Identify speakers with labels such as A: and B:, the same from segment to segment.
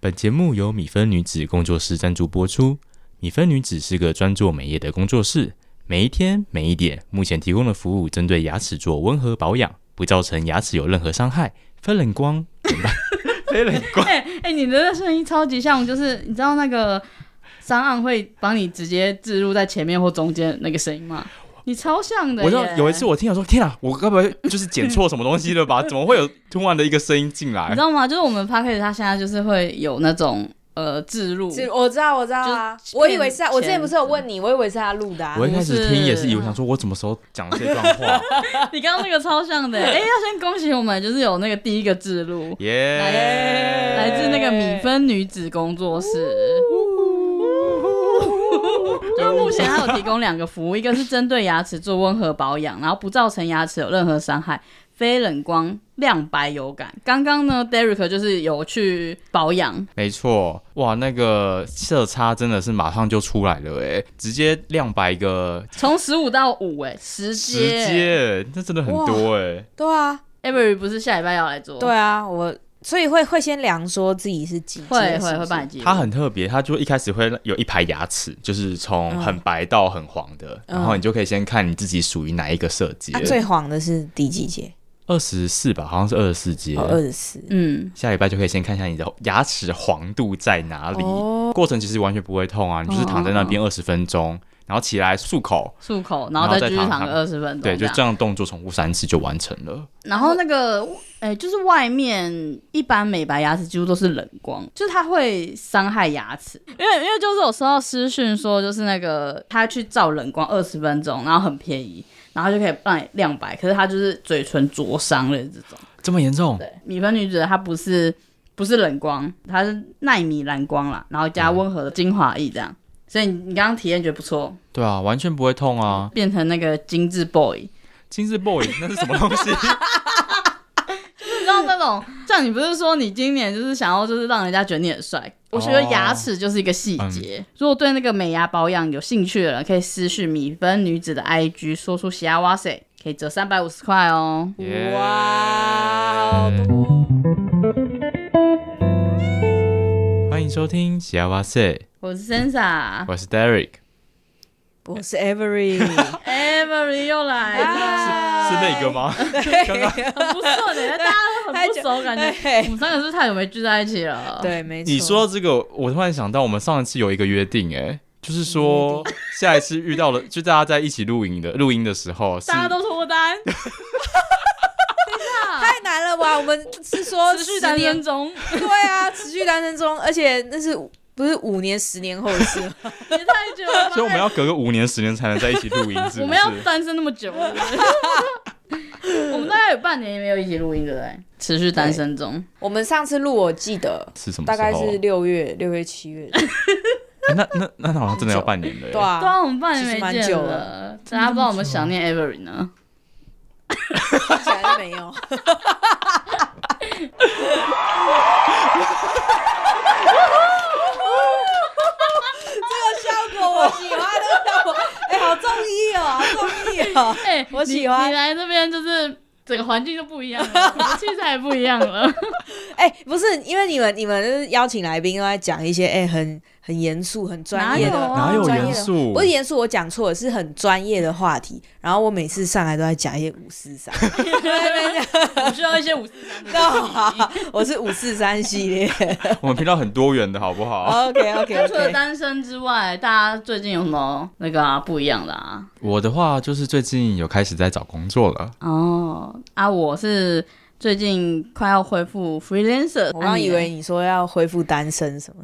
A: 本节目由米芬女子工作室赞助播出。米芬女子是个专做美业的工作室，每一天每一点，目前提供的服务针对牙齿做温和保养，不造成牙齿有任何伤害。飞冷光， 飞冷光，
B: 哎、哎、你的那声音超级像，就是你知道那个商案会帮你直接置入在前面或中间那个声音吗？你超像的
A: 我知
B: 耶！
A: 道有一次我听到说，天啊，我该不会就是剪错什么东西了吧？怎么会有突然的一个声音进
B: 你
A: 来
B: 知？道吗？就是我们 p a c k a g e 它现在就是会有那种呃置入，
C: 只我知道，我知道啊，
B: 就是
C: 我以为是啊，
B: 骗
C: 我之前不是有问你，我以为是他录的、啊
A: 我，一开始听也是以为
B: 不是
A: 想说，我什么时候讲了这段话？
B: 啊你刚刚那个超像的耶。哎、要先恭喜我们，就是有那个第一个置入，
A: 耶！
B: 来自那个米芬女子工作室。就目前它有提供两个服务， 一个是针对牙齿做温和保养，然后不造成牙齿有任何伤害，非冷光亮白有感。刚刚呢，Derek 就是有去保养，
A: 没错，哇，那个色差真的是马上就出来了，哎，直接亮白个
B: 从十五到五，哎，十
A: 直
B: 阶。
A: 接，那真的很多哎。
C: 对啊，
B: Avery 不是下礼拜要来做？
C: 对，啊，我所以会会先量说自己是几阶，
B: 会会
C: 是不
B: 会
C: 是
B: 帮你记录。
A: 它很特别，它就一开始会有一排牙齿，就是从很白到很黄的，
C: 嗯
A: 然后你就可以先看你自己属于哪一个色阶
C: 啊，。最黄的是第几阶？
A: 二十四吧，好像是二十四阶。
C: 哦，二十四。
B: 嗯，
A: 下礼拜就可以先看一下你的牙齿黄度在哪里。
C: 哦，
A: 过程其实完全不会痛啊，你就是躺在那边二十分钟，然后起来漱口，
B: 漱口，然后
A: 然后
B: 再继续
A: 再躺
B: 躺个二十分钟，
A: 对，就这样动作重复三次就完成了。
B: 然后那个，哎、就是外面一般美白牙齿几乎都是冷光，就是它会伤害牙齿，因为因为就是有收到私讯说，就是那个他去照冷光二十分钟，然后很便宜，然后就可以让你亮白，可是他就是嘴唇灼伤了这种。
A: 这么严重？
B: 对，米芬女子她不是不是冷光，它是纳米蓝光啦，然后加温和的精华液这样，所以你你刚刚体验觉得不错，
A: 对啊，完全不会痛啊！
B: 变成那个精致 boy。
A: 今日 boy 那是什么东 西？
B: 你知道那 种，像你不是说你今年就是想要就是让人家觉得你很帅？我觉得牙齿就是一个细节。如果对那个美牙保养有兴趣的人，可以私讯米芬女子的 IG，说出喜牙哇塞，可以折三百五十块哦。
A: 耶
C: 哇，哦好多。
A: 欢迎收听《喜爱哇塞》，
B: 我是 Sensa
A: 我是 Derek，
C: 我是 Avery，
B: Avery 又来了，
A: 是那个 吗？刚刚
B: 很不错 的，大家都很不熟，感觉我们三个是不是太久没聚在一起了。，
C: 对，没错。
A: 你说到这个，我突然想到，我们上一次有一个约定、哎，就是说下一次遇到了， 就大家在一起录影的录音的时候，是
B: 大家都脱 单，等一下，
C: 太难了吧？我们是说
B: 持续单
C: 十
B: 身
C: 年，
B: 中，
C: 对啊，持续单身中，而且那是不是五年、十年后的 事吗？
B: 也太久了吧。
A: 所以我们要隔个五年、十年才能在一起 录音，是不
B: 我们要
A: 是？
B: 单身那么久 了， 我们大概有半年没有一哎起录音，对不对？持续单身中，
C: 我们上次录，我记得
A: 是什么
C: 大
A: 时候啊？
C: 概是六月、六月、七 月，
A: 哎那那那好像真的要半年了、哎
C: 对
B: 对
C: 啊，
B: 啊，我们半年没
C: 其
B: 见
C: 实蛮久
B: 了，嗯大家不知道我们想念 Avery 呢？
C: 听起来是没有。这个效果我喜欢，这个效果，哎、好中意哦，好中意哦。
B: 哎，
C: 我喜欢
B: 你你来这边就是整个环境都不一样了，整个气氛也不一样 了。
C: 哎、不是，因为你们你们就是邀请来宾都在讲一些哎、很很严肃、很专业的，
B: 哪有啊
A: 哎哪有
C: 专业
A: 严
C: 的
A: 肃？
C: 不是严肃，我讲错了，是很专业的话题。然后我每次上来都在讲一些五 四三，
B: 我需要一些五四三的东西。
C: 我是五四三系列。
A: 我们频道很多元的好不 好？
B: 哦
C: OK OK
B: 那除了
C: OK，
B: 单身之外，大家最近有什么那个啊不一样的啊？
A: 我的话就是最近有开始在找工作了。
B: 哦，啊，我是最近快要恢复 freelancer，
C: 我
B: 啊
C: 刚
B: 你
C: 以
B: 呢
C: 为你说要恢复单身什么，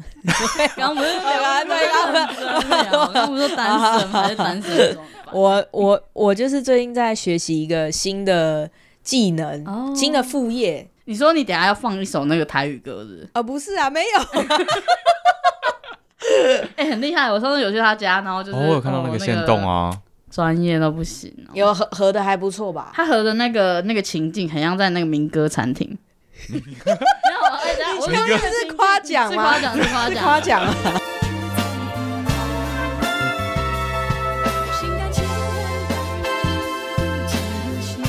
B: 刚不是哦对
C: 吧对吧
B: 刚刚啊不是说单 身吗还是单身中？
C: 我我我就是最近在学习一个新的技能，
B: 哦
C: 新的副业。
B: 你说你等一下要放一首那个台语歌是不是？
C: 啊、不是啊，没有，
B: 哎、很厉害！我上次有去他家，然后就是、
A: 哦，我有看到那个线动，啊，
B: 专业到不行、哦。
C: 有合合的还不错吧？
B: 他和的那个那个情境，很像在那个民歌餐厅。 没有，哎、等一下我
C: 刚刚是夸奖
B: 是
C: 吗
B: 夸奖， 是夸
C: 是
B: 奖，
C: 夸奖啊，
D: 心甘情愿地珍惜，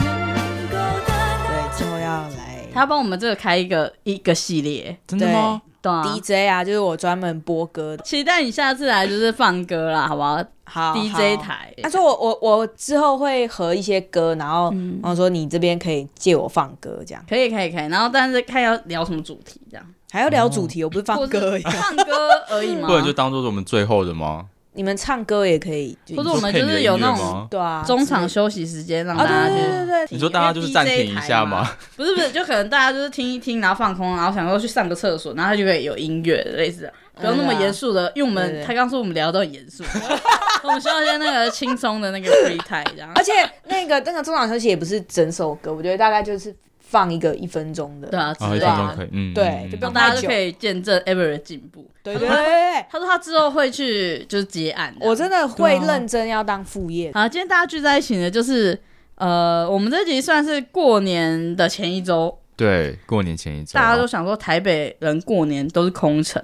D: 能够得到
C: 对，要来
B: 他要帮我们这个开一个一个系列，
A: 真的吗？
B: 对啊。
C: DJ 啊，就是我专门播歌的。
B: 期待你下次来就是放歌啦，好不好
C: 好
B: DJ
C: 好
B: 台
C: 他说我我我之后会合一些歌，然后然后说你这边可以借我放歌这样，
B: 可以可以可以，然后但是看要聊什么主题这样，
C: 还要聊主题，我哦不是放歌而已
B: 或是放歌 而已吗？
A: 不然就当做是我们最后的吗？
C: 你们唱歌也可以，就
B: 或者我们就是有那
A: 你说配你的音乐吗
B: 种
C: 对啊，
B: 中场
C: 之
B: 休息时间让
C: 类的
B: 大
C: 啊，
B: 家
C: 对
B: 去
C: 对对对对，
A: 你说大家就是暂停一下
B: 因为 DJ
A: 吗？
B: 不是不是，就可能大家就是听一听，然后放空，然后想说去上个厕所，然后他就可以有音乐类似的，不用那么严肃的，因为我
C: 嗯对
B: 们
C: 对
B: 他刚说我们聊到很严肃， 我们需要一些那个轻松的那个 free time 这样
C: 而。且那个那个中场休息也不是整首歌，我觉得大概就是放一个一分钟的，
B: 对啊，之
A: 啊，一
B: 类
A: 分钟
B: 的，
A: 可以，嗯，
C: 对
A: 嗯
C: 就
A: 嗯
C: 不用
B: 大家就可以见证 Ever 的进步。
C: 对对对对，
B: 他说他之后会去就是结案这样，
C: 我真的会
A: 对啊
C: 认真要当副业，
B: 好，今天大家聚在一起呢，就是呃，我们这集算是过年的前一周，
A: 对，过年前一周，啊
B: 大家都想说台北人过年都是空城，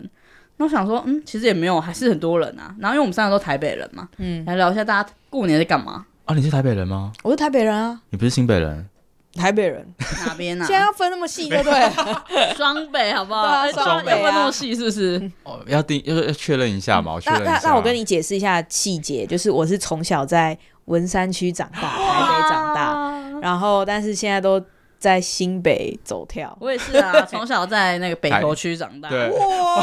B: 那我想说，嗯，其实也没有，还是很多人啊。然后因为我们三个都台北人嘛，
C: 嗯，
B: 来聊一下大家过年在干嘛，
A: 啊，你是台北人吗？
C: 我是台北人啊，
A: 你不是新北人？
C: 台北人，
B: 哪边啊
C: 现？在要分那么细，对不对？啊
B: 双北好不好？
C: 对啊
B: 哎
C: 双北啊
B: 要分那么细是不是？
A: 哦，要定要要确认一下
B: 嗯
A: 嘛，我确
C: 那
A: 认一
C: 那
B: 啊
A: 下。
C: 那我跟你解释一下细节，就是我是从小在文山区长大，台北长大，
B: 大。
C: 然后但是现在都在新北走跳。
B: 我也是啊，从小在那个北投区长大，
A: 对，
C: 哇！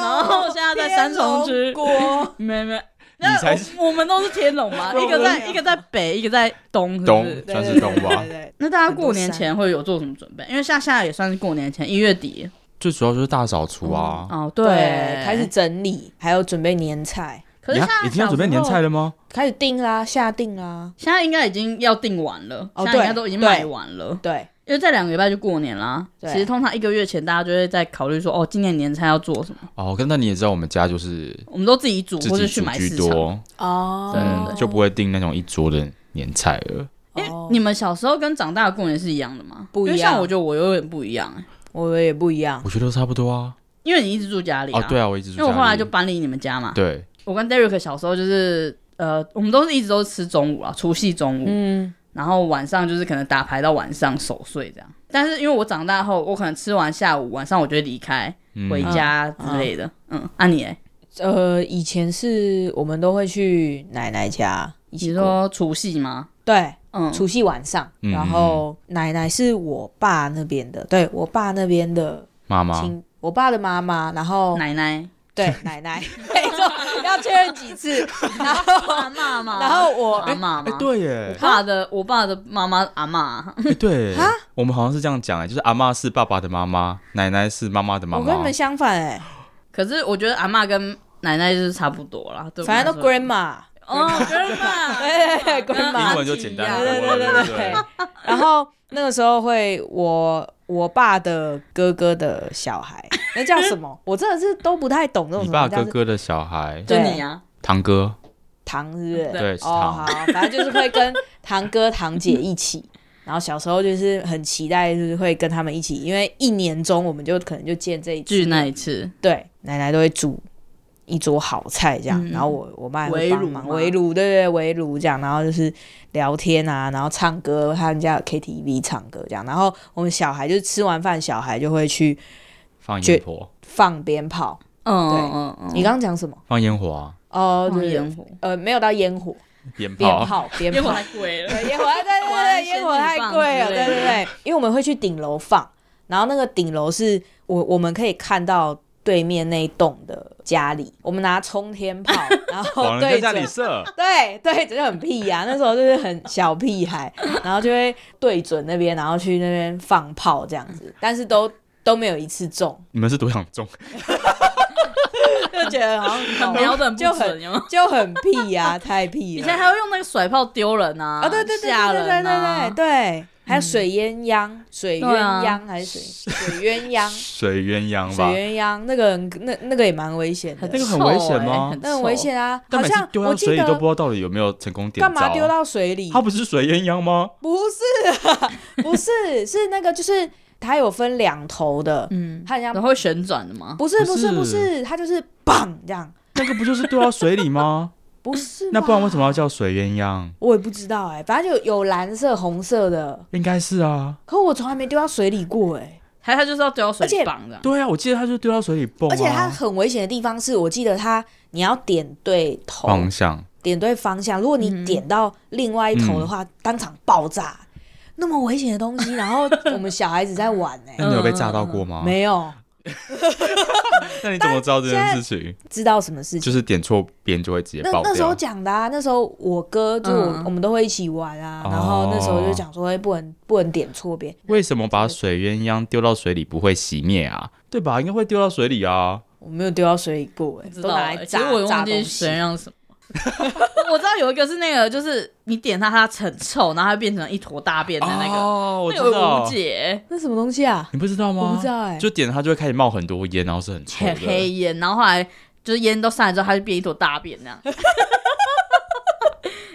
B: 然后现在在三重区
C: 天龙国
B: 没没，
A: 你
B: 那
A: 才
B: 我
A: 是
B: 我们都是天龙 嘛，一个在一个在北，一个在东，是不
A: 东
B: 是
C: 对
A: 算
C: 对
A: 是
C: 对
A: 东
C: 对
A: 吧
C: 对。对
B: 那大家过年前会有做什么准备？因为下下也算是过年前一月底
A: 最主要就是大扫除啊。
B: 哦，
C: 对，开始。整理，还有准备年菜，
B: 可是
A: 你
B: 现
A: 要
B: 在
A: 已经要准备年菜
B: 了，
A: 了吗？
C: 开始定啦，下定啦，
B: 现在应该已经要订完了，
C: 哦
B: 现在应该
C: 对
B: 都已经
C: 对
B: 卖完了，
C: 对，
B: 因为再两个礼拜就过年啦。其
C: 对
B: 实通常一个月前大家就会在考虑说，哦，今年年菜要做什么？
A: 哦，跟那你也知道，我们家就是
B: 我们都自己煮
A: 自
B: 或者
A: 己
B: 去
A: 煮
B: 买
A: 居
B: 市场。
A: 多，
C: 哦
A: 嗯，就不会订那种一桌的年菜了。
B: 因为
C: 哦
B: 你们小时候跟长大的过年是一样的吗？
C: 不一
B: 因
C: 样
B: 为像我觉得我有点不一样、欸，
C: 我也不一样，
A: 我觉得都差不多啊。
B: 因为你一直住家里
A: 哦，对啊，我一直
B: 因
A: 住
B: 为我
A: 家
B: 后来
A: 里
B: 就搬离你们家嘛。
A: 对，
B: 我跟 Derek 小时候就是呃，我们都是一直都是吃中午啊，除夕中午，
C: 嗯，
B: 然后晚上就是可能打牌到晚上守岁这样。但是因为我长大后，我可能吃完下午，晚上我就会离开
A: 嗯
B: 回家之类的。嗯，啊你嘞？
C: 呃，以前是我们都会去奶奶家一
B: 你
C: 起过，
B: 说除夕吗？
C: 对，
B: 嗯，
C: 除夕晚上，
A: 嗯
C: 然后奶奶是我爸那边的，对我爸那边的
A: 妈妈
C: 亲，我爸的妈妈，然后
B: 奶奶
C: 对奶奶，没错，要确认几次， 然后
B: 阿妈嘛，
C: 然后我
B: 阿妈
A: 哎
B: 嘛，，
A: 对
B: 我
A: 耶，
B: 爸的我爸的妈妈阿妈，
A: 哎对，我们好像是这样讲哎，就是阿嬷是爸爸的妈妈，奶奶是妈妈的妈
C: 我跟你
A: 妈
C: 们。相反哎，
B: 可是我觉得阿妈跟奶奶就是差不多啦，对我
C: 反
B: 来
C: 正
B: 说
C: 都 grandma，
B: 哦 grandma，
C: 对 grandma
A: 英文就简单
C: 对
A: 多
C: 对
A: 了，对
C: 对对对。然后那个时候会我我爸的哥哥的小孩，那叫什么？我真的是都不太懂那种
A: 你
C: 什
A: 爸
C: 么叫
A: 哥哥的小孩，
B: 就你啊，
A: 堂哥，
C: 堂，是不是？
A: 对，是
C: 哦，
A: 堂
C: 好，，反正就是会跟堂哥堂姐一 起。然后小时候就是很期待，就是会跟他们一起，因为一年中我们就可能就见这一
B: 聚
C: 次。
B: 那一次，
C: 对，奶奶都会煮一桌好菜这样，
B: 嗯
C: 然后我我妈也会
B: 围
C: 帮
B: 炉
C: 忙
B: 嘛
C: 围炉，对对对围炉这样，然后就是聊天啊，然后唱歌，他们家有 KTV 唱歌这样，然后我们小孩就是吃完饭，小孩就会去
A: 放
C: 就
A: 烟火，
C: 放鞭炮。
B: 嗯
C: 对
B: 嗯嗯，
C: 你刚刚讲什么？
A: 放烟火啊，
C: 哦，
B: 放
C: 对对
B: 烟火，
C: 呃，没有到烟火，
A: 鞭
C: 鞭
A: 炮，
C: 炮，鞭
B: 烟火
C: 炮。
B: 太贵了。
C: 对烟火，对对对，烟火太贵了，对对对，因为我们会去顶楼放，然后那个顶楼是我我们可以看到对面那一栋的家里，我们拿冲天炮， 然后
A: 往人
C: 哦对
A: 家家里
C: 准，
A: 射，
C: 对对准就很屁呀、那时候就是很小屁孩，然后就会对准那边，然后去那边放炮这样 子，但是都都没有一次中，
A: 你们是多想中？
C: 就觉得好 像
B: 瞄准不
C: 就
B: 准，
C: 很
B: 有没有？
C: 就很屁呀、太 屁
B: 以
C: 了，
B: 前还要用那个甩炮丢人啊！
C: 啊，对对对对
B: 吓
C: 对对
B: 人啊！
C: 对对对，还有水鸳鸯、水鸳
B: 对啊
C: 鸯还是水水鸳 鸯、
A: 水鸳鸯
C: 水
A: 吧，
C: 鸳�鸯那个很那那个也蛮危险的
B: 很，
A: 那个很
B: 臭
A: 危险
B: 欸
A: 吗
C: 那很危。险啊！
A: 但
C: 好
A: 每次
C: 像
A: 丢
C: 我
A: 到
C: 记
A: 水里都不知
C: 得
A: 道到底有没有成功点
C: 干嘛
A: 着
C: 丢到水里？
A: 它不是水鸳鸯吗？
C: 不是 啊，不是是那个就是它有分两头的，
B: 嗯，
C: 它很
B: 然
C: 像
B: 后会旋转的吗？
C: 不是不是
A: 不
C: 不
A: 是
C: 是，它就是砰这样。
A: 那个不就是丢到水里吗？
C: 不是吧？
A: 那不然为什么要叫水鸳鸯？
C: 我也不知道哎、反正就有蓝色、红色的，
A: 应该是啊。
C: 可我从来没丢到水里过哎、
B: 还他就是要丢水
C: 而且
B: 棒这样，
A: 对啊，我记得他就丢到水里蹦、啊，
C: 而且它很危险的地方是我记得它，你要点对头，
A: 方向
C: 点对方向。如果你点到另外一头的
A: 嗯
C: 话，当场爆炸，那么危险的东西。然后我们小孩子在玩 哎、
A: 那你有被炸到过吗？
C: 没有
A: 那你怎么知道这件事情？
C: 知道什么事情。
A: 就是点错边就会直接
C: 那
A: 爆
C: 那时候
A: 掉。
C: 讲的啊，那时候我哥就我,、
B: 嗯
C: 我们都会一起玩啊，
A: 哦
C: 然后那时候就讲说，哎，不能不能点错边，
A: 为什么把水鸳鸯丢到水里不会熄灭啊？对吧？应该会丢到水里啊。
C: 我没有丢到水里过、哎，
B: 不知
C: 都
B: 道
C: 拿
B: 欸、
C: 来
B: 其
C: 炸
B: 实我
C: 炸
B: 忘
C: 东
B: 记水
C: 西。
B: 让什么。 我知道有一个是那个，就是你点它，它很臭，然后它变成一坨大便的那个，
A: 哦，我
B: 那个
A: 知
B: 我
A: 道
B: 无。解，
C: 那什么东西啊？
A: 你不知道吗？
C: 我不知道
B: 欸
C: 哎
A: 就点它就会开始冒很多烟，然后是很臭的。
B: 很黑烟，然后后来就是烟都散了之后，它就变一坨大便那样。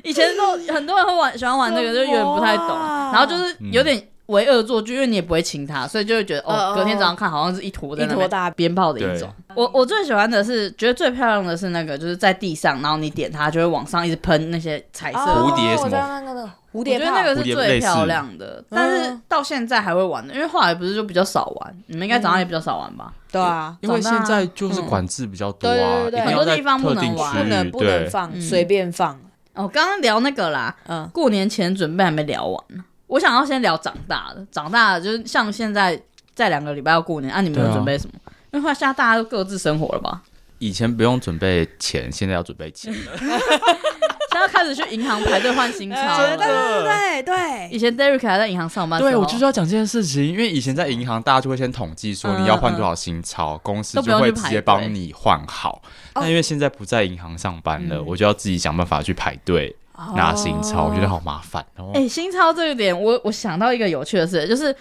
B: 以前都很多人会玩，喜欢玩那个，就有点不太懂，
C: 什么啊
B: 然后就是有点为恶作剧，因为你也不会亲它，所以就会觉得
C: 嗯
B: 哦，
C: 嗯
B: 隔天早上看好像是一坨在那边
C: 一坨大
B: 鞭炮的一种。我我最喜欢的是，觉得最漂亮的是那个，就是在地上，然后你点它就会往上一直喷那些彩色的
A: 蝴蝶
C: 哦
A: 什么
C: 我知道那个那个蝴
B: 我觉
C: 蝶嗯
B: 得
C: 炮，
B: 那个
A: 蝴
B: 是
A: 蝶
B: 最
A: 类似
B: 漂亮的，但是到现在还会玩的，因为后来不是就比较少玩，你们应该早上也比较少玩吧？
C: 对啊，
A: 因为
B: 长
A: 现
B: 大啊
A: 在就是管制比较多啊，
C: 嗯对对对对
A: 一定要在特定
B: 很多地方不能玩
A: 区域
C: 不能不能
A: 对
C: 放，
B: 嗯
C: 随便放，
B: 哦，刚刚聊那个啦，
C: 嗯，
B: 过年前准备还没聊完呢，我想要先聊长大的，长大的就是像现在在两个礼拜要过年，啊，你们
A: 对
B: 有
A: 啊
B: 准备什么？因为现在大家都各自生活了吧？
A: 以前不用准备钱，现在要准备钱。
B: 现在开始去银行排队换新钞
A: 真的
B: 了。
C: 嗯对啊对
B: 以前 Derek 还在银行上班的时
A: 对，
B: 候，
A: 我就是要讲这件事情，因为以前在银行，大家就会先统计说
B: 嗯
A: 你要换多少新钞，公司
B: 都不
A: 就
B: 用
A: 会
B: 去排
A: 直接
B: 队
A: 帮你换好。
C: 哦
A: 那因为现在不在银行上班了，
B: 嗯哦
A: 我就要自己想办法去排队拿新钞，我觉得好麻烦哦。
B: 哎、新钞这个点，我我想到一个有趣的事，就是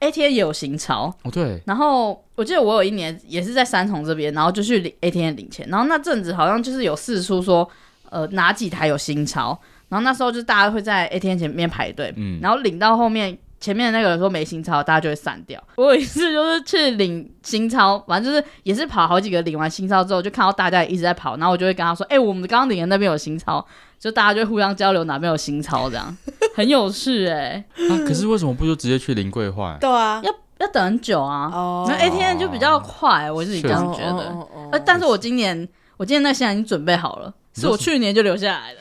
B: ATM 也有新钞，
A: 哦，对，
B: 然后我记得我有一年也是在三重这边，然后就去领 ATM 领钱，然后那阵子好像就是有试出说，呃，哪几台有新钞，然后那时候就大家会在 ATM 前面排队，
A: 嗯
B: 然后领到后面。前面的那个人说没新钞，大家就会散掉。我有一次就是去领新钞，反正就是也是跑好几个，领完新钞之后就看到大家也一直在跑，然后我就会跟他说：“哎、我们刚刚领的那边有新钞。”就大家就会互相交流哪边有新钞，这样很有趣哎、
A: 啊，可是为什么不就直接去临柜 换？
C: 对啊，
B: 要要等很久啊。
C: 哦
B: 那 ATM 就比较快，我自己这样觉
C: 哦
B: 得。
C: 哦哦哦
B: 呃，但是我今年，我今年那现在已经准备好了，
A: 你
B: 是
A: 说
B: 我去年就留下来的，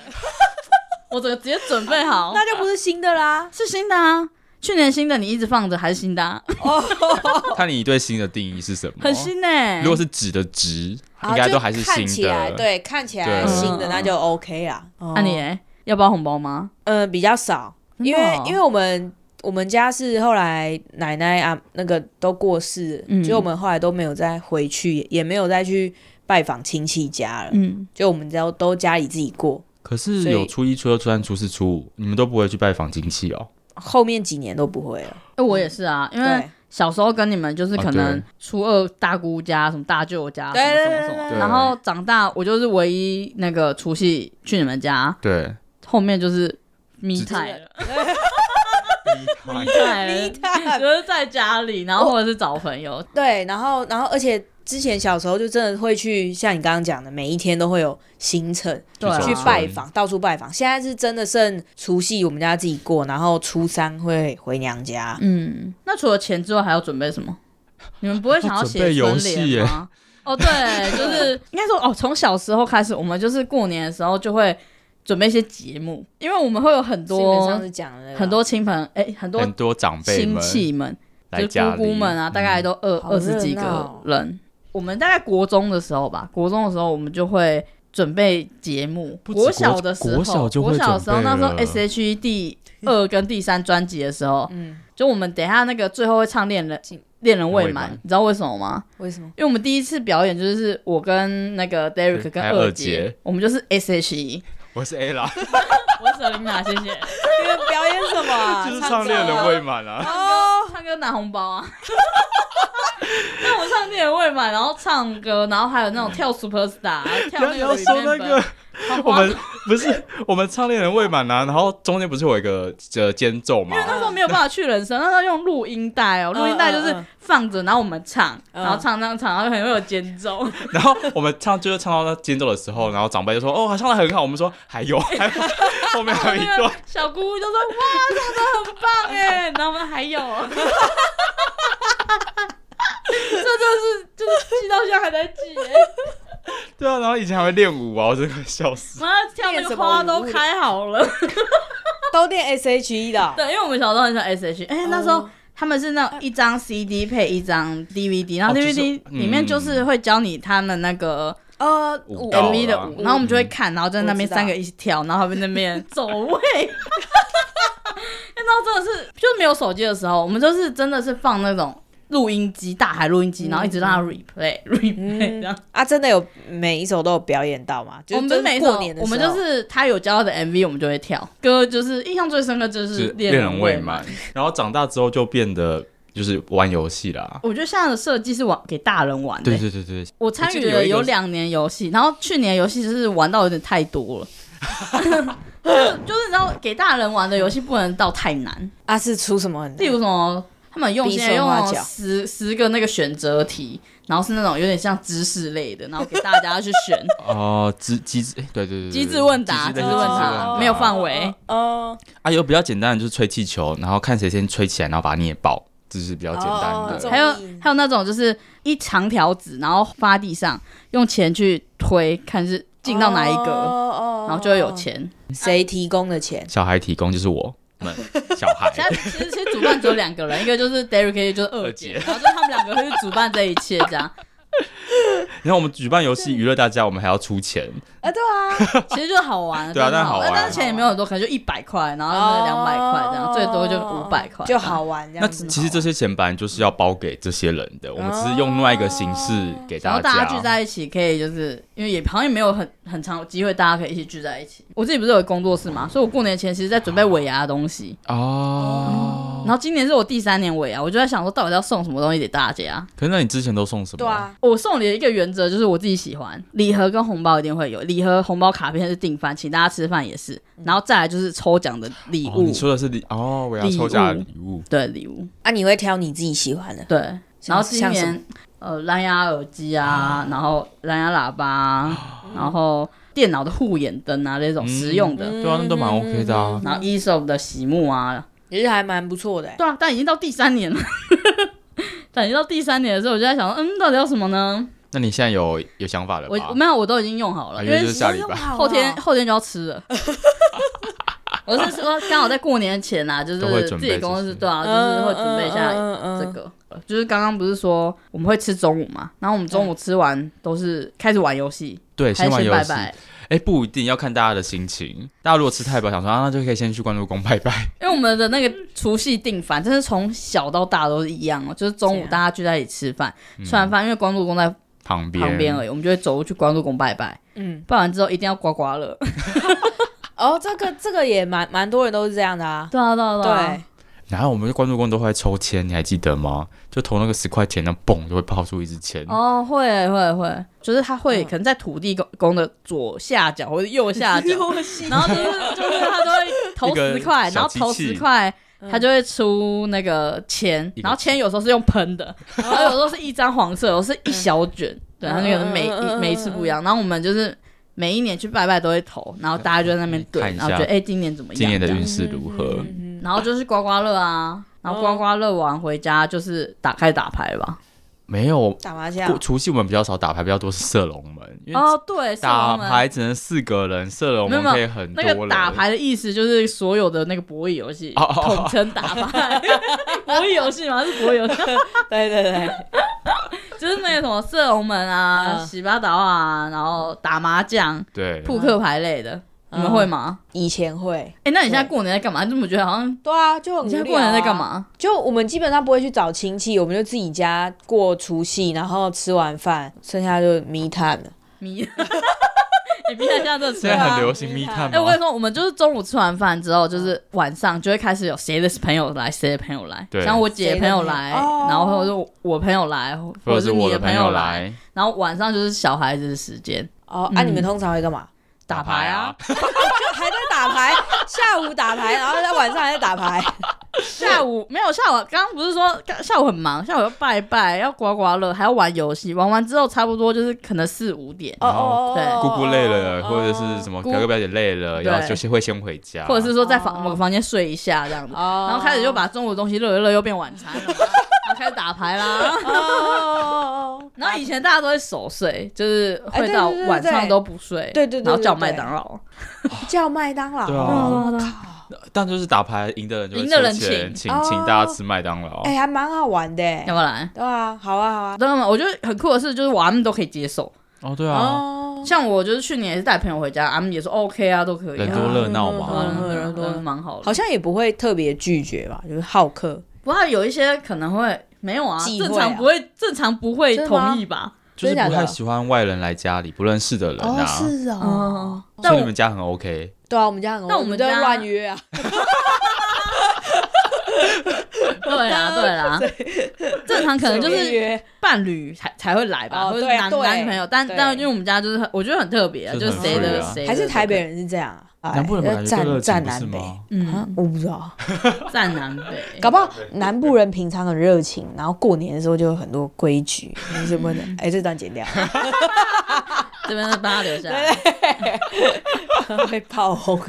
B: 我整个直接准备好，
C: 那就不是新的啦，
B: 是新的啊。去年新的你一直放着还是新的、
A: 哦
B: 啊，
A: 看你对新的定义是什么？
B: 很新哦呢、欸。
A: 如果是纸的纸，
C: 啊
A: 应该都还是
C: 就
A: 新
C: 看起来
A: 的。
C: 对，看起来
A: 对
C: 新的
B: 嗯
C: 那就 OK 啦。
B: 那、你欸要包红包吗？
C: 嗯比较少，
B: 真的
C: 因为
B: 哦
C: 因为我们我们家是后来奶奶啊那个都过世了，
B: 嗯
C: 所以我们后来都没有再回去，也没有再去拜访亲戚家了，
B: 嗯，
C: 就我们都都家里自己过。
A: 可是
C: 所以
A: 有初一、初二、初三、初四、初五，你们都不会去拜访亲戚哦。
C: 后面几年都不会了，
B: 哎、我也是啊，因为
C: 对
B: 小时候跟你们就是可
A: 啊
B: 能
A: 对
B: 初二大姑家、什么大舅家、啊什
C: 对
B: 么
C: 对
B: 什么
C: 对
B: 什
C: 对
B: 么，
A: 对
B: 然后长大我就是唯一那个除夕去你们家，
A: 对，
B: 后面就是咪
A: 只
B: 太了。
A: 你
B: 对，
C: 太
B: 就是在家里，然后或者是找朋友。
C: 对，然后然后而且之前小时候就真的会去，像你刚刚讲的，每一天都会有行程
B: 对啊
C: 去拜访，到处拜访。现在是真的剩除夕我们家自己过，然后初三会回娘家。
B: 嗯，那除了钱之外还要准备什么？你们不会想要写春联吗？哦，对，就是 应该说哦，从小时候开始，我们就是过年的时候就会准备一些节目，因为我们会有很
C: 是你们上
B: 多
C: 次讲的那个
B: 很多亲朋，哎、很 多
A: 很多长辈
B: 亲
A: 们
B: 戚们，
A: 来
B: 就是
A: 家
B: 姑姑
A: 里嗯
B: 们啊，大概都二
C: 好
B: 二十几
C: 热
B: 个
C: 闹
B: 人。我们大概国中的时候吧，国中的时候我们就会准备节目。
A: 不止
B: 国小的时候，
A: 国小就会
B: 国小的时候，
A: 准备
B: 那
A: 了
B: 时候 S H E 第二跟第三专辑的时候，
C: 嗯，
B: 就我们等一下那个最后会唱《恋人
C: 进
B: 恋人未
A: 未
B: 满
A: 满》，
B: 你知道为什么吗？
C: 为什么？
B: 因为我们第一次表演就是我跟那个 Derek
A: 对嗯
B: 跟
A: 还有二
B: 二
A: 姐
B: 姐，我们就是 S H E，
A: 我是 A 啦，
B: 我是 Selina，谢谢。
C: 你们表演什么啊、
A: 就是
C: 唱
A: 唱
C: 歌
A: 恋
C: 啊
A: 人未满啊。
C: 哦，
B: 唱歌拿红包啊。 那我唱《恋人未满》，然后唱歌，然后还有那种跳 Superstar，跳
A: 不要
B: 那
A: 你
B: 个
A: 要
B: r e
A: 说那
B: m
A: 个我们不是我们唱恋人未满啊，然后中间不是有一个呃间奏 吗？
B: 那时候没有办法去人声，那时候用录音带哦，录音带就是
C: 嗯嗯
B: 放着，然后我们唱，
C: 嗯
B: 然后唱唱唱，然后很会有间奏，
A: 然后我们唱就是唱到那间奏的时候，然后长辈就说：“哦，唱的很好。”我们说：“还有， 还有后面还有一
B: 那
A: 段
B: 个。小姑姑就说哇，唱的很 棒哎，然后我们还有， 这就是就是记到现在还在记耶，”
A: 对啊，然后以前还会练舞啊，我真的快笑死。
B: 然后跳那个花都开好了，
C: 都练 SHE 的哦，
B: 对，因为我们小时候很喜欢 S.H.E，哎、那时候
C: 哦
B: 他们是那种一张 CD 配一张 DVD，然后
A: 哦就是
B: DVD 里面就是会教你他们那个
C: 呃，
A: 舞蹈
B: MV 的舞，
A: 嗯
B: 然后我们就会看，然后在那边
C: 我知道
B: 三个一起跳，然后他们那 边走 位。那时候真的是，就没有手机的时候，我们就是真的是放那种录音机，大海录音
C: 嗯
B: 机，然后一直让它 replay replay 这样。
C: 啊，真的有每一首都有表演到吗？就
B: 我们不是每一首
C: 过年的，
B: 我
C: 时候
B: 们就是他有教的 MV，我们就会跳歌，就是印象最深刻就是是
A: 恋人未
B: 嘛。
A: 满，然后长大之后就变得就是玩游戏啦。
B: 我觉得现在的设计是玩给大人玩的、欸
A: 对对对对，
B: 我参
A: 我
B: 与
A: 记得有
B: 了
A: 一个
B: 有两年游戏，然后去年游戏就是玩到有点太多了， 就是就是你知道给大人玩的游戏不能到太难，
C: 啊，是出什么很
B: 例如什么他们用
C: 比手
B: 现在用
C: 画
B: 那种
C: 脚
B: 十十个那个选择题，然后是那种有点像知识类的，然后给大家去选
A: 哦，机机智，哎对对对，对
B: 机智问答，
A: 机
B: 机
A: 智
B: 智
A: 类似
B: 问
A: 机智
B: 答没有范围。
C: 哦，
A: 啊，有比较简单的就是吹气球，然后看谁先吹起来，然后把它捏爆，这是比较简
C: 哦
A: 单
C: 这
A: 的。
C: 种
B: 还有
C: 同意
B: 还有那种就是一长条纸，然后发地上，用钱去推，看是进到哪一格，
C: 哦
B: 然后就会有。钱。
C: 谁提供的钱？
A: 小孩提供就是我们 小孩，
B: 现在其实其实主办只有两个人，一个就是 Derek，就是二姐，
A: 二姐
B: 然后就是他们两个会去主办这一切，这样
A: 然后我们举办游戏娱乐大家，我们还要出钱，
C: 啊，对啊，
B: 其实就好玩，
A: 对啊
B: 真的
A: 但好玩
B: 但是钱也没有很多，可能就一百块，然后就是两百块这样，最多就五百块
C: 哦就好。玩这
A: 那
C: 样子。
B: 哦
A: 其实这些钱本来就是要包给这些人的，我们只是用另外一个形式给
B: 然后
A: 大
B: 哦
A: 家。
B: 大家聚在一起，可以就是因为也好像也没有很很长的机会，大家可以一起聚在一起。我自己不是有工作室嘛，所以我过年前其实在准备尾牙的东西。
A: 哦，
B: 然后今年是我第三年尾牙，我就在想说，到底要送什么东西给大家？
A: 可是那你之前都送什么？
C: 对啊，
B: 我送礼的一个原则就是我自己喜欢，礼盒跟红包一定会有，礼盒、红包、卡片是定番，请大家吃饭也是，
C: 嗯
B: 然后再来就是抽奖的礼
A: 哦，
B: 物，
A: 你说的是礼哦，我要抽奖的礼物。
B: 对礼物，
C: 啊，你会挑你自己喜欢的。
B: 对。
C: 像
B: 然后今
C: 像什么
B: 年呃蓝牙耳机啊，然后蓝牙喇叭啊，然后电脑的护眼灯啊那种实用
C: 嗯
B: 的，嗯
A: 对啊，那都蛮 OK 的啊。
B: 然后 ESO 的席幕啊，
C: 其实还蛮不错的欸。
B: 对啊，但已经到第三年了。 但已经到第三年的时候，我就在想说，嗯，到底要什么呢？
A: 那你现在有有想法了
B: 我
A: 吧？
B: 没有，我都已经用好了，
A: 啊
B: 因
A: 因为
B: 为
A: 就是下礼拜。
B: 后天后天就要吃 了。我是说，刚好在过年前啊，就是
A: 都会准
B: 自
A: 备
B: 己公
A: 这
B: 司
A: 些
B: 对啊，就是会准备一下
C: 嗯嗯
B: 这个。就是刚刚不是说我们会吃中午嘛，然后我们中午吃完都是开始玩游戏，
A: 对，
B: 还
A: 先
B: 是
A: 玩
B: 先
A: 游
B: 拜
A: 戏。
B: 拜。
A: 哎，不一定要看大家的心情。大家如果吃太饱，想说啊，那就可以先去关渡宫拜拜。
B: 因为我们的那个除夕订饭，真是从小到大都是一样哦，就是中
C: 这
B: 午
C: 样
B: 大家聚在一起吃饭，
A: 嗯
B: 吃完饭因为关渡宫在
A: 旁边，
B: 旁边而已，我们就会走路去关渡宫拜拜，
C: 嗯，
B: 拜完之后一定要刮刮乐。
C: 哦，这个这个也蛮蛮多人都是这样的啊。
B: 对啊，对啊，
C: 对，
A: 然后我们关渡宫都会抽签，你还记得吗？就投那个十块钱，那嘣就会抛出一支签。
B: 哦，会会会，就是它会
C: 嗯
B: 可能在土地公公的左下角或者右下 角，然后就是就是它就会投
A: 一个
B: 十块，然
A: 小
B: 后
A: 机
B: 投
A: 器嗯
B: 十块。它就会出那个钱，
A: 一个哦
B: 然后钱有时候是用喷的，然后有时候是一张黄色，有时候是一小卷，对，它那个每
C: 嗯嗯嗯嗯嗯
B: 每一次不一样。然后我们就是每一年去拜拜都会投，然后大家就在那边对，
A: 看一
B: 然
A: 下
B: 后觉得哎今年怎么样？
A: 今年的
B: 这样
A: 运势哦如何？
C: 嗯
B: 然后就是刮刮乐啊，然后刮刮乐完回家就是打开打牌吧。
A: 没有，
C: 打麻将
A: 过除夕我们比较少打牌，比较多是射龙门，因为
B: 哦，对，是
A: 打
B: 我们
A: 牌只能四个人，射龙门可以很多
B: 那
A: 人。
B: 个打牌的意思就是所有的那个博弈游戏，
A: 哦哦哦
B: 统称打牌。 博弈游戏嘛，是博弈游戏，
C: 对对对，
B: 就是那个什么射龙门啊、
C: 嗯
B: 洗八岛啊，然后打麻将、
A: 对，
B: 扑克牌类的，你们会吗？
C: 以前会。
B: 哎，那你现在过年在干嘛？你怎么觉得好像
C: 对啊，就很
B: 你
C: 无
B: 现
C: 聊、
B: 在过年在干？嘛？
C: 就我们基本上不会去找亲戚，我们就自己家过除夕，然后吃完饭，剩下就 me time 了。
B: 迷， 你别现在这吃
A: 现在
B: 啊
A: 很流行密探
B: 哎、我跟
A: 吗？
B: 你说，我们就是中午吃完饭之后，就是晚上就会开始有谁的朋友来，谁的朋友来，
A: 对
B: 像我姐的朋友来，
C: 谁的朋友哦
B: 然后或者是我朋友来，
A: 或
B: 者
A: 者
B: 是
A: 是
B: 你
A: 我的
B: 朋
A: 朋友
B: 来，
A: 来，
B: 然后晚上就是小孩子的时间，嗯
C: 哦，啊，你们通常会干嘛？
B: 打牌啊，
C: 还在打牌，下午打牌，然后在晚上还在 打牌，
B: 下午 没有下午，刚刚不是说刚下午很忙，下午要拜拜，要刮刮乐，还要玩游戏，玩完之后差不打就是可能四五点，
C: 哦
A: 然后
B: 哦对
A: 姑姑累了，
B: 哦
A: 或者是什
C: 么，
A: 么
B: 姑
A: 表哥表姐累了，
B: 哦对
A: 然后就是会先回家，
B: 或者是说在房
C: 哦
B: 某个房间睡一下这样子，
C: 哦
B: 然后开始就把中午的东西热一热，又变晚餐了，然后开始打牌 啦。
C: 哦，
B: 然后以前大家都会守岁，就是会到
C: 哎对对对对
B: 晚上都不睡，
C: 对对对对哦
B: 然后叫麦当劳，
C: 叫麦当劳，嗯
A: 对啊，但就是打牌赢的人就会
B: 赢的人
A: 出钱
B: 请
A: 请请
C: 哦
A: 大家吃麦当劳，
C: 哎，还蛮好玩的，
B: 要不然，
C: 对啊，好啊，好啊，
B: 真的吗？我觉得很酷的是，就是我阿们都可以接受。
A: 哦对啊，
C: 哦，
B: 像我就是去年也是带朋友回家，阿们也说 OK 啊，都可以啊。
A: 人多热闹嘛，
B: 嗯，人多
C: 嗯
B: 蛮好的。
C: 好像也不会特别拒绝吧，就是好客，
B: 不过有一些可能会没有啊，
C: 忌讳啊
B: 正常不会，正常不会
C: 真的吗
B: 同意吧？
A: 就是
C: 真的假
A: 不
C: 的
A: 太喜欢外人来家里，不认识的人啊，
C: 是哦，
B: 哦，但
A: 所以你
B: 我
A: 们家很 OK，
C: 对啊，我们家很，
B: 但我
C: 们
B: 们
C: 都
B: 家
C: 乱约啊，
B: 对啦对啦，正常可能就
C: 随便
B: 是
C: 约
B: 伴侣才才会来吧，
C: 哦
B: 或者
C: 对
B: 男
C: 对
B: 男朋友，但
C: 对
B: 但因为我们家就是很我觉得很特别啊，
A: 就
B: 就是是
A: 很
B: 谁
A: free
B: 的
A: 啊
B: 谁的
C: 还是台北
B: 都可以，
C: 人是这样啊？哎
A: 南部人本来就
C: 站
A: 热情
C: 站
A: 不是
C: 南北啊
A: 吗？？
B: 嗯，
C: 我不知道，
B: 占南 北，
C: 搞不好南部人平常很热情，然后过年的时候就有很多规矩，就是不能 哎这段剪掉，
B: 这边再帮他留下来。
C: 会爆红。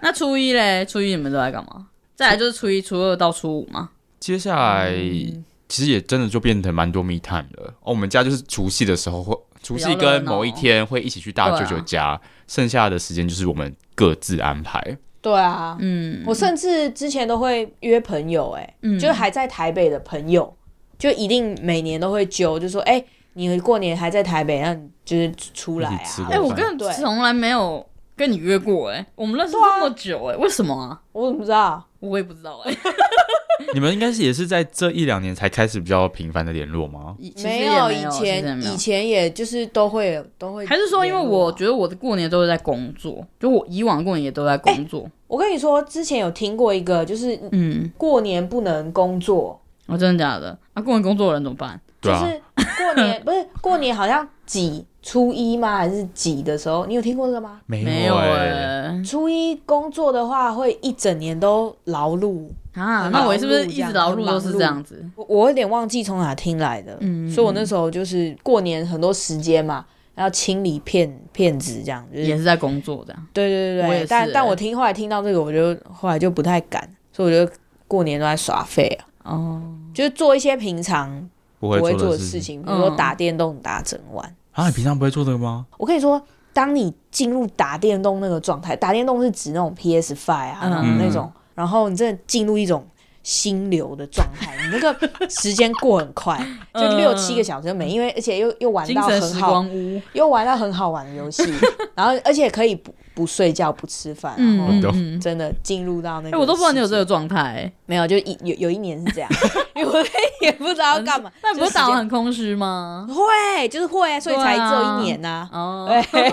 B: 那初一嘞，初一你们都在干嘛？再来就是初一、初二到初五嘛。
A: 接下来、
C: 嗯
A: 其实也真的就变成蛮多 me time 了。哦，我们家就是除夕的时候会，除夕跟某一天会一起去大舅舅家，
C: 啊
A: 剩下的时间就是我们各自安 排。
C: 对啊，
B: 嗯，
C: 我甚至之前都会约朋友、哎、
B: 嗯
C: 就是还在台北的朋友，就一定每年都会揪，就说哎、你过年还在台北，那你就是出来
A: 一起吃
C: 啊
A: 个
B: 哎、。我跟
C: 对
B: 从来没有跟你约过哎、我们认识这么久哎、为什么啊？
C: 我怎么知道？
B: 我也不知道
C: 哦
B: 哎、
A: 你们应该是也是在这一两年才开始比较频繁的联络吗？
B: 其实也
C: 没
B: 没有，
C: 以
B: 其实也
C: 前
B: 没
C: 以
B: 有。
C: 前也就是都会都会联络啊，
B: 还是说，因为我觉得我的过年都是在工作，就我以往过年也都在工作。
C: 我跟你说，之前有听过一个，就是
B: 嗯，
C: 过年不能工作，
B: 哦，真的假的？啊，过年工作的人怎么办？
A: 对
C: 就
A: 啊，
C: 是过年不是过年好像几初一吗？还是几的时候？你有听过这个吗？
A: 没
B: 没
A: 有
B: 有
A: 哎、
C: 欸
B: 哎、
C: 初一工作的话，会一整年都劳碌。
B: 啊，
C: 很
B: 那我
C: 忙
B: 是不是
C: 碌
B: 一
C: 这
B: 直
C: 样
B: 劳
C: 很
B: 碌
C: 忙
B: 都是这
C: 碌
B: 样子？
C: 我我有点忘记从哪听来的，
B: 嗯
C: 所以我那时候就是过年很多时间嘛，要清理骗骗子这样，就是
B: 也是在工作这样。
C: 对对对
B: 我也
C: 对。
B: 是
C: 但但
B: 欸
C: 我听后来听到这个，我就后来就不太敢，所以我就过年都在耍废啊，
B: 哦，
C: 就是做一些平常
A: 不
C: 不
A: 会
C: 会做
A: 的
C: 的事情，比
B: 嗯
C: 如说打电动打整晚。
A: 啊！你平常不会做这个吗？
C: 我跟你说，当你进入打电动那个状态，打电动是指那种 PS Five 啊、
B: 嗯
C: 然后那种，然后你真的进入一种心流的状态，你那个时间过很快，就
B: 嗯
C: 六七个小时就没，因为而且又又玩
B: 精
C: 到
B: 神
C: 很
B: 时
C: 好，
B: 光屋。
C: 又玩到很好玩的游戏，然后而且可以不不睡觉不吃饭，然后
B: 嗯嗯
A: 懂
B: 嗯。
C: 哦真的进入到那
B: 哎、
C: 个，
B: 我都不知道你有这个，状态、
C: 没有，就一有有一年是这样， 因为我也不知道要干嘛，
B: 嗯那你不
C: 就是时间
B: 打得很空虚吗？
C: 会就是会啊，所以才只有一年啊呐、
B: 哦，
C: 对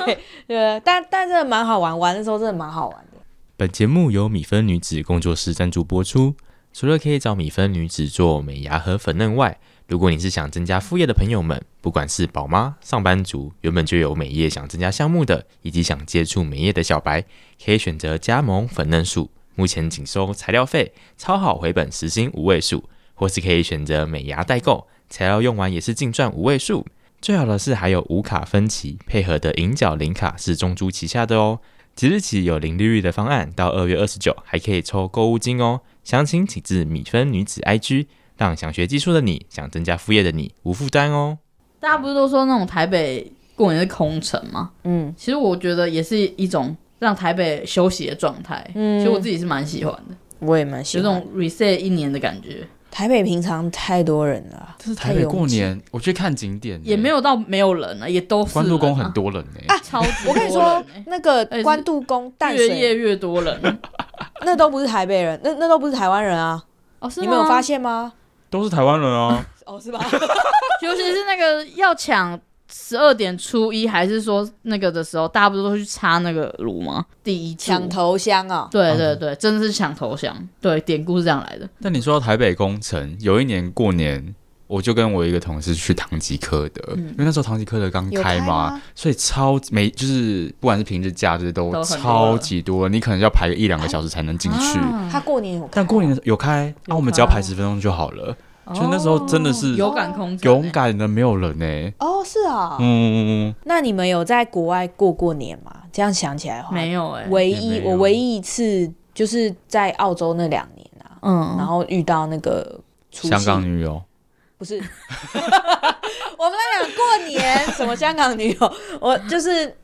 C: 对，但但真的蛮好玩，玩的时候真的蛮好玩的。
A: 本节目由米芬女子工作室赞助播出。
E: 除了可以找米芬女子做美牙和粉嫩外，如果你是想增加副业的朋友们，不管是宝妈、上班族，原本就有美业想增加项目的，以及想接触美业的小白，可以选择加盟粉嫩树。目前仅收材料费，超好回本，时薪五位数，或是可以选择美牙代购，材料用完也是净赚五位数。最好的是还有无卡分期，配合的银角零卡是中珠旗下的哦。即日起有零利率的方案，到二月二十九还可以抽购物金哦。详情请至米芬女子 IG，让想学技术的你，想增加副业的你无负担哦。
B: 大家不是都说那种台北过年是空城吗？
C: 嗯，
B: 其实我觉得也是一种让台北休息的状态。
C: 嗯
B: 其实我自己是蛮喜欢的，
C: 我也蛮
B: 有
C: 喜
B: 一
C: 欢。
B: 种 reset 一年的感觉，
C: 台北平常太多人了啊，
A: 但是
C: 台北过年，
A: 我去看景点、
B: 也没
A: 有
B: 有到没有人了、也都是
A: 关渡宫
B: 人啊
A: 很，多人哎、
B: 超级
C: 我跟你
B: 多
C: 说
B: 人欸，
C: 那个
B: 而且是
C: 关渡宫淡
B: 越夜
C: 水，
B: 越多人
C: 那都不是台北人，那那都不是台湾人啊，
B: 哦，是
C: 你们有
B: 吗
C: 发现吗？
A: 都是台湾人 啊。
C: 哦，是吧？
B: 尤其是那个要抢十二点初一，还是说那个的时候，大家不是都去插那个炉吗？第一柱
C: 抢，头香啊，
B: 对对对，真的是抢头香。对，典故是这样来的。
A: 但你说到台北工程，有一年过年，我就跟我一个同事去唐吉诃德，因为那时候唐吉诃德刚
C: 有
A: 开
C: 开
A: 嘛，
C: 吗
A: 所以超每就是不管是平日假日都
B: 都很多啊
A: 超级多，你可能要排个一两个小时才能进去。
C: 他过年有开，
A: 但过年的时候有开啊，我们只要排十分钟就好了。就那时候真的是
B: 有感空
A: 勇，敢的没有人呢、
C: 哦，是啊、
A: 嗯，
C: 那你们有在国外过过年吗？这样想起来的话，
B: 没有哎、
C: 唯
A: 也
C: 一
A: 没有
C: 我唯一一次就是在澳洲那两年啊，然
B: 嗯，
C: 后遇到那个除夕
A: 香港女友，
C: 不是， 我们在讲过年，什么香港女友， 我就是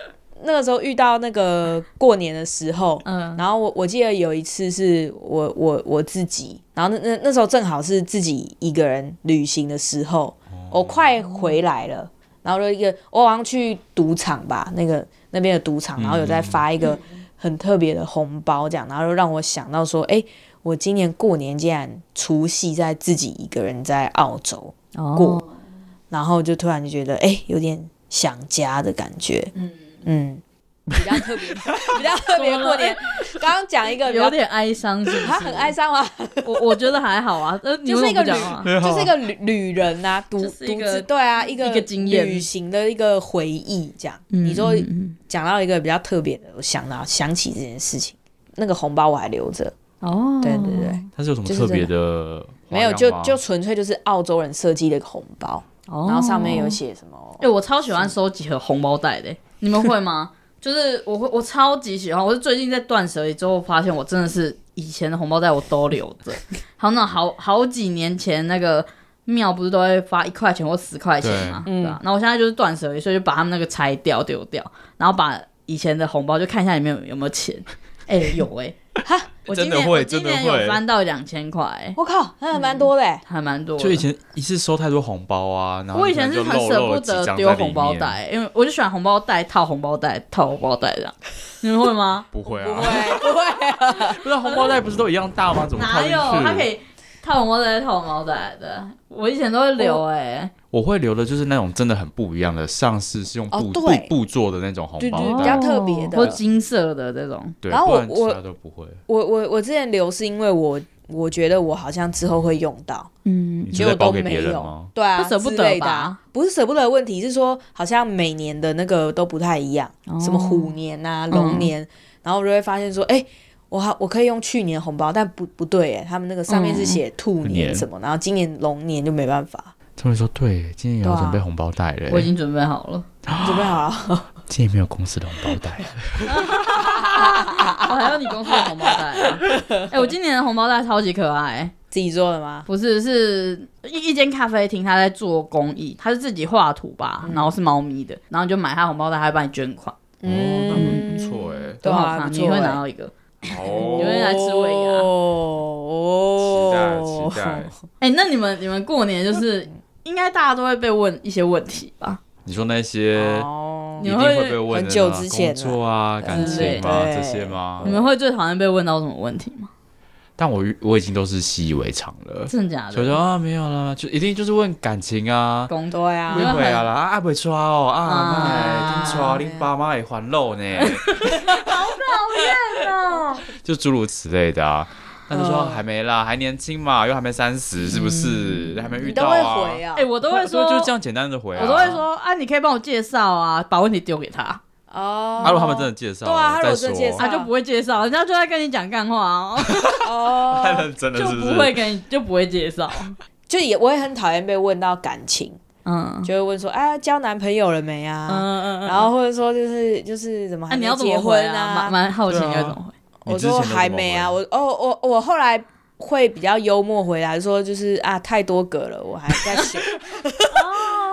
C: 那个时候遇到那个过年的时候，
B: 嗯
C: 然后我我记得有一次是我我我自己，然后那那那时候正好是自己一个人旅行的时候，我快回来了，然后就一个我好像去赌场吧，那个那边的赌场，然后有在发一个很特别的红包，这样，然后就让我想到说，哎、我今年过年竟然除夕在自己一个人在澳洲，过，
B: 哦，
C: 然后就突然就觉得哎、诶有点想家的感觉，嗯比较特别， 比较特别过年。刚刚讲一个比较
B: 有，点哀伤是不是？
C: 他很哀伤吗？
B: 我，我觉得还好啊，呃，你
C: 就
B: 为什
C: 是一
B: 么不
C: 个旅
B: 讲话，
C: 就是一个旅旅人啊，独
B: 就
C: 独
B: 是一个
C: 自对啊，一个嗯
B: 一个经验
C: 旅行的一个回忆这样。
B: 嗯
C: 你说讲到一个比较特别的，我想到想起这件事情，那个红包我还留着。
B: 哦，
C: 对对对，，
A: 它是有什么
C: 就是
A: 特别
C: 这
A: 的花
C: 没
A: 样
C: 有
A: 吗？
C: 就就纯粹就是澳洲人设计的一个红包，
B: 哦
C: 然后上面有写什么
B: 哎、我超喜欢收集和红包袋的欸、你们会吗？ 就是我会，我超级喜欢。我是最近在断舍离之后，发现我真的是以前的红包袋我都留着，还有那种好好几年前那个庙不是都会发一块钱或十块钱嘛，对吧、然后我现在就是断舍离，所以就把他们那个拆掉丢掉，然后把以前的红包就看一下里面有有没有钱。 哎、有哎、哈，我今
A: 真的
B: 年
A: 会
B: 我今
A: 真的
B: 年有
A: 会
B: 翻到两千块欸，
C: 我靠，那还蛮多的、欸。
B: 还蛮多的。
A: 就以前一次收太多红包啊，然后
B: 我以
A: 你可
B: 前
A: 能就
B: 是很
A: 漏
B: 舍
A: 漏
B: 不
A: 了几
B: 得
A: 张
B: 丢
A: 在里
B: 红包
A: 面，？
B: 袋，因为我就喜欢红包袋套红包袋套红包袋这样。你们会吗
A: 不会
C: 不
A: 啊，
C: 会不会，
A: 不是啊红包袋不是都一样大吗？ 怎么套
B: 哪
A: 进
B: 有？它可
A: 去？
B: 以套红包袋套红包袋的。我以前都会留哎、
A: 我会留的就是那种真的很不一样的，上次是用
C: 哦
A: 布布
C: 对
A: 布做的那啊种红
C: 对对
A: 包
C: 比
A: 袋
C: 较，特别的
B: 或金色的这种。
A: 对，
C: 然后
A: 不
C: 我
A: 然其
C: 我
A: 他都不会。
C: 我我我之前留是因为我我觉得我好像之后会用到，
B: 嗯
A: 你
C: 结
A: 就
C: 果
A: 在包
C: 都
A: 给
C: 没
A: 别人
C: 有
A: 吗？，
C: 对啊，
B: 不舍不得
C: 之类的啊
B: 吧，
C: 不是舍不得的问题，是说好像每年的那个都不太一样，
B: 哦
C: 什么虎年啊、
B: 嗯
C: 龙年，然后我就会发现说，哎、我好，我可以用去年红包，但不不对哎，他们那个上面
B: 嗯
C: 是写兔年
A: 年
C: 什么，然后今年龙年就没办法，
A: 他们说对，今年也要
C: 对啊
A: 准备红包袋嘞
B: 我，已经准备好 了，
C: 准备 好了，
A: 今年没有公司的红包袋。
C: 啊
B: 我还有你公司的红包袋、啊。哎、我今年的红包袋超级可爱、
C: 自己做的吗？
B: 不是，是一一间咖啡厅，他在做公益，他是自己画图吧，
C: 嗯
B: 然后是猫咪的，然后你就买他红包袋，他会帮你捐款，
A: 哦，那很不错哎，
C: 对
B: 很好
C: 啊，
B: 看，
C: 不
B: 你
C: 错
B: 会
C: 欸
B: 拿到一个。
A: 哦
B: 有人
C: 啊
B: 来吃尾牙
C: 哦，
A: 期待期待。
B: 哎、那你们你们过年 就是应该大家都会被问一些问题吧？
A: 你说那些
C: 哦
A: 一定会被问的
C: 很
A: 呢
C: 久之前了
A: 工作啊、感情啊
C: 对
A: 这些吗
B: 你？们会最讨厌被问到什么问题吗？
A: 但我我已经都是习以为常了，
B: 真的假
A: 所以说
B: 的？
A: 啊没有啦，就一定就是问感情啊。
B: 工作
C: 对啊，
B: 你
A: 你
B: 们
A: 会啊啦，啊阿袂娶哦，
B: 啊
A: 啊，妈，听娶，恁爸妈会还漏呢，
B: 哦
A: 就诸如此类的啊。那就说还没啦，还年轻嘛，又还没三十，是不是？还没遇
C: 你
A: 到
C: 都会回
A: 啊。
C: 啊
B: 哎、，我都会说，
A: 就是这样简单的回啊。
B: 我都会说啊，你可以帮我介绍啊，把问题丢给他，
C: 哦，
A: 啊，如果他们真的介绍，
C: 对啊他如果
A: 再
C: 真的
A: 说
C: 介绍
B: 他就不会介绍，人家就在跟你讲干话、哦，
C: 哦，
A: 太认真了，
B: 就是不会跟你就不会介绍。
C: 就也我也很讨厌被问到感情，
B: 嗯
C: 就会问说，哎、交男朋友了没
B: 嗯
C: 啊？
B: 嗯嗯。
C: 然后或者说就是就是怎么
B: 那、啊、
C: 还
B: 你
C: 没
B: 要怎
C: 结
B: 么回
C: 婚
B: 啊？蛮蛮好奇你会怎么回。
C: 我说还没啊，我哦我我后来会比较幽默回答说就是啊太多个了，我还在选。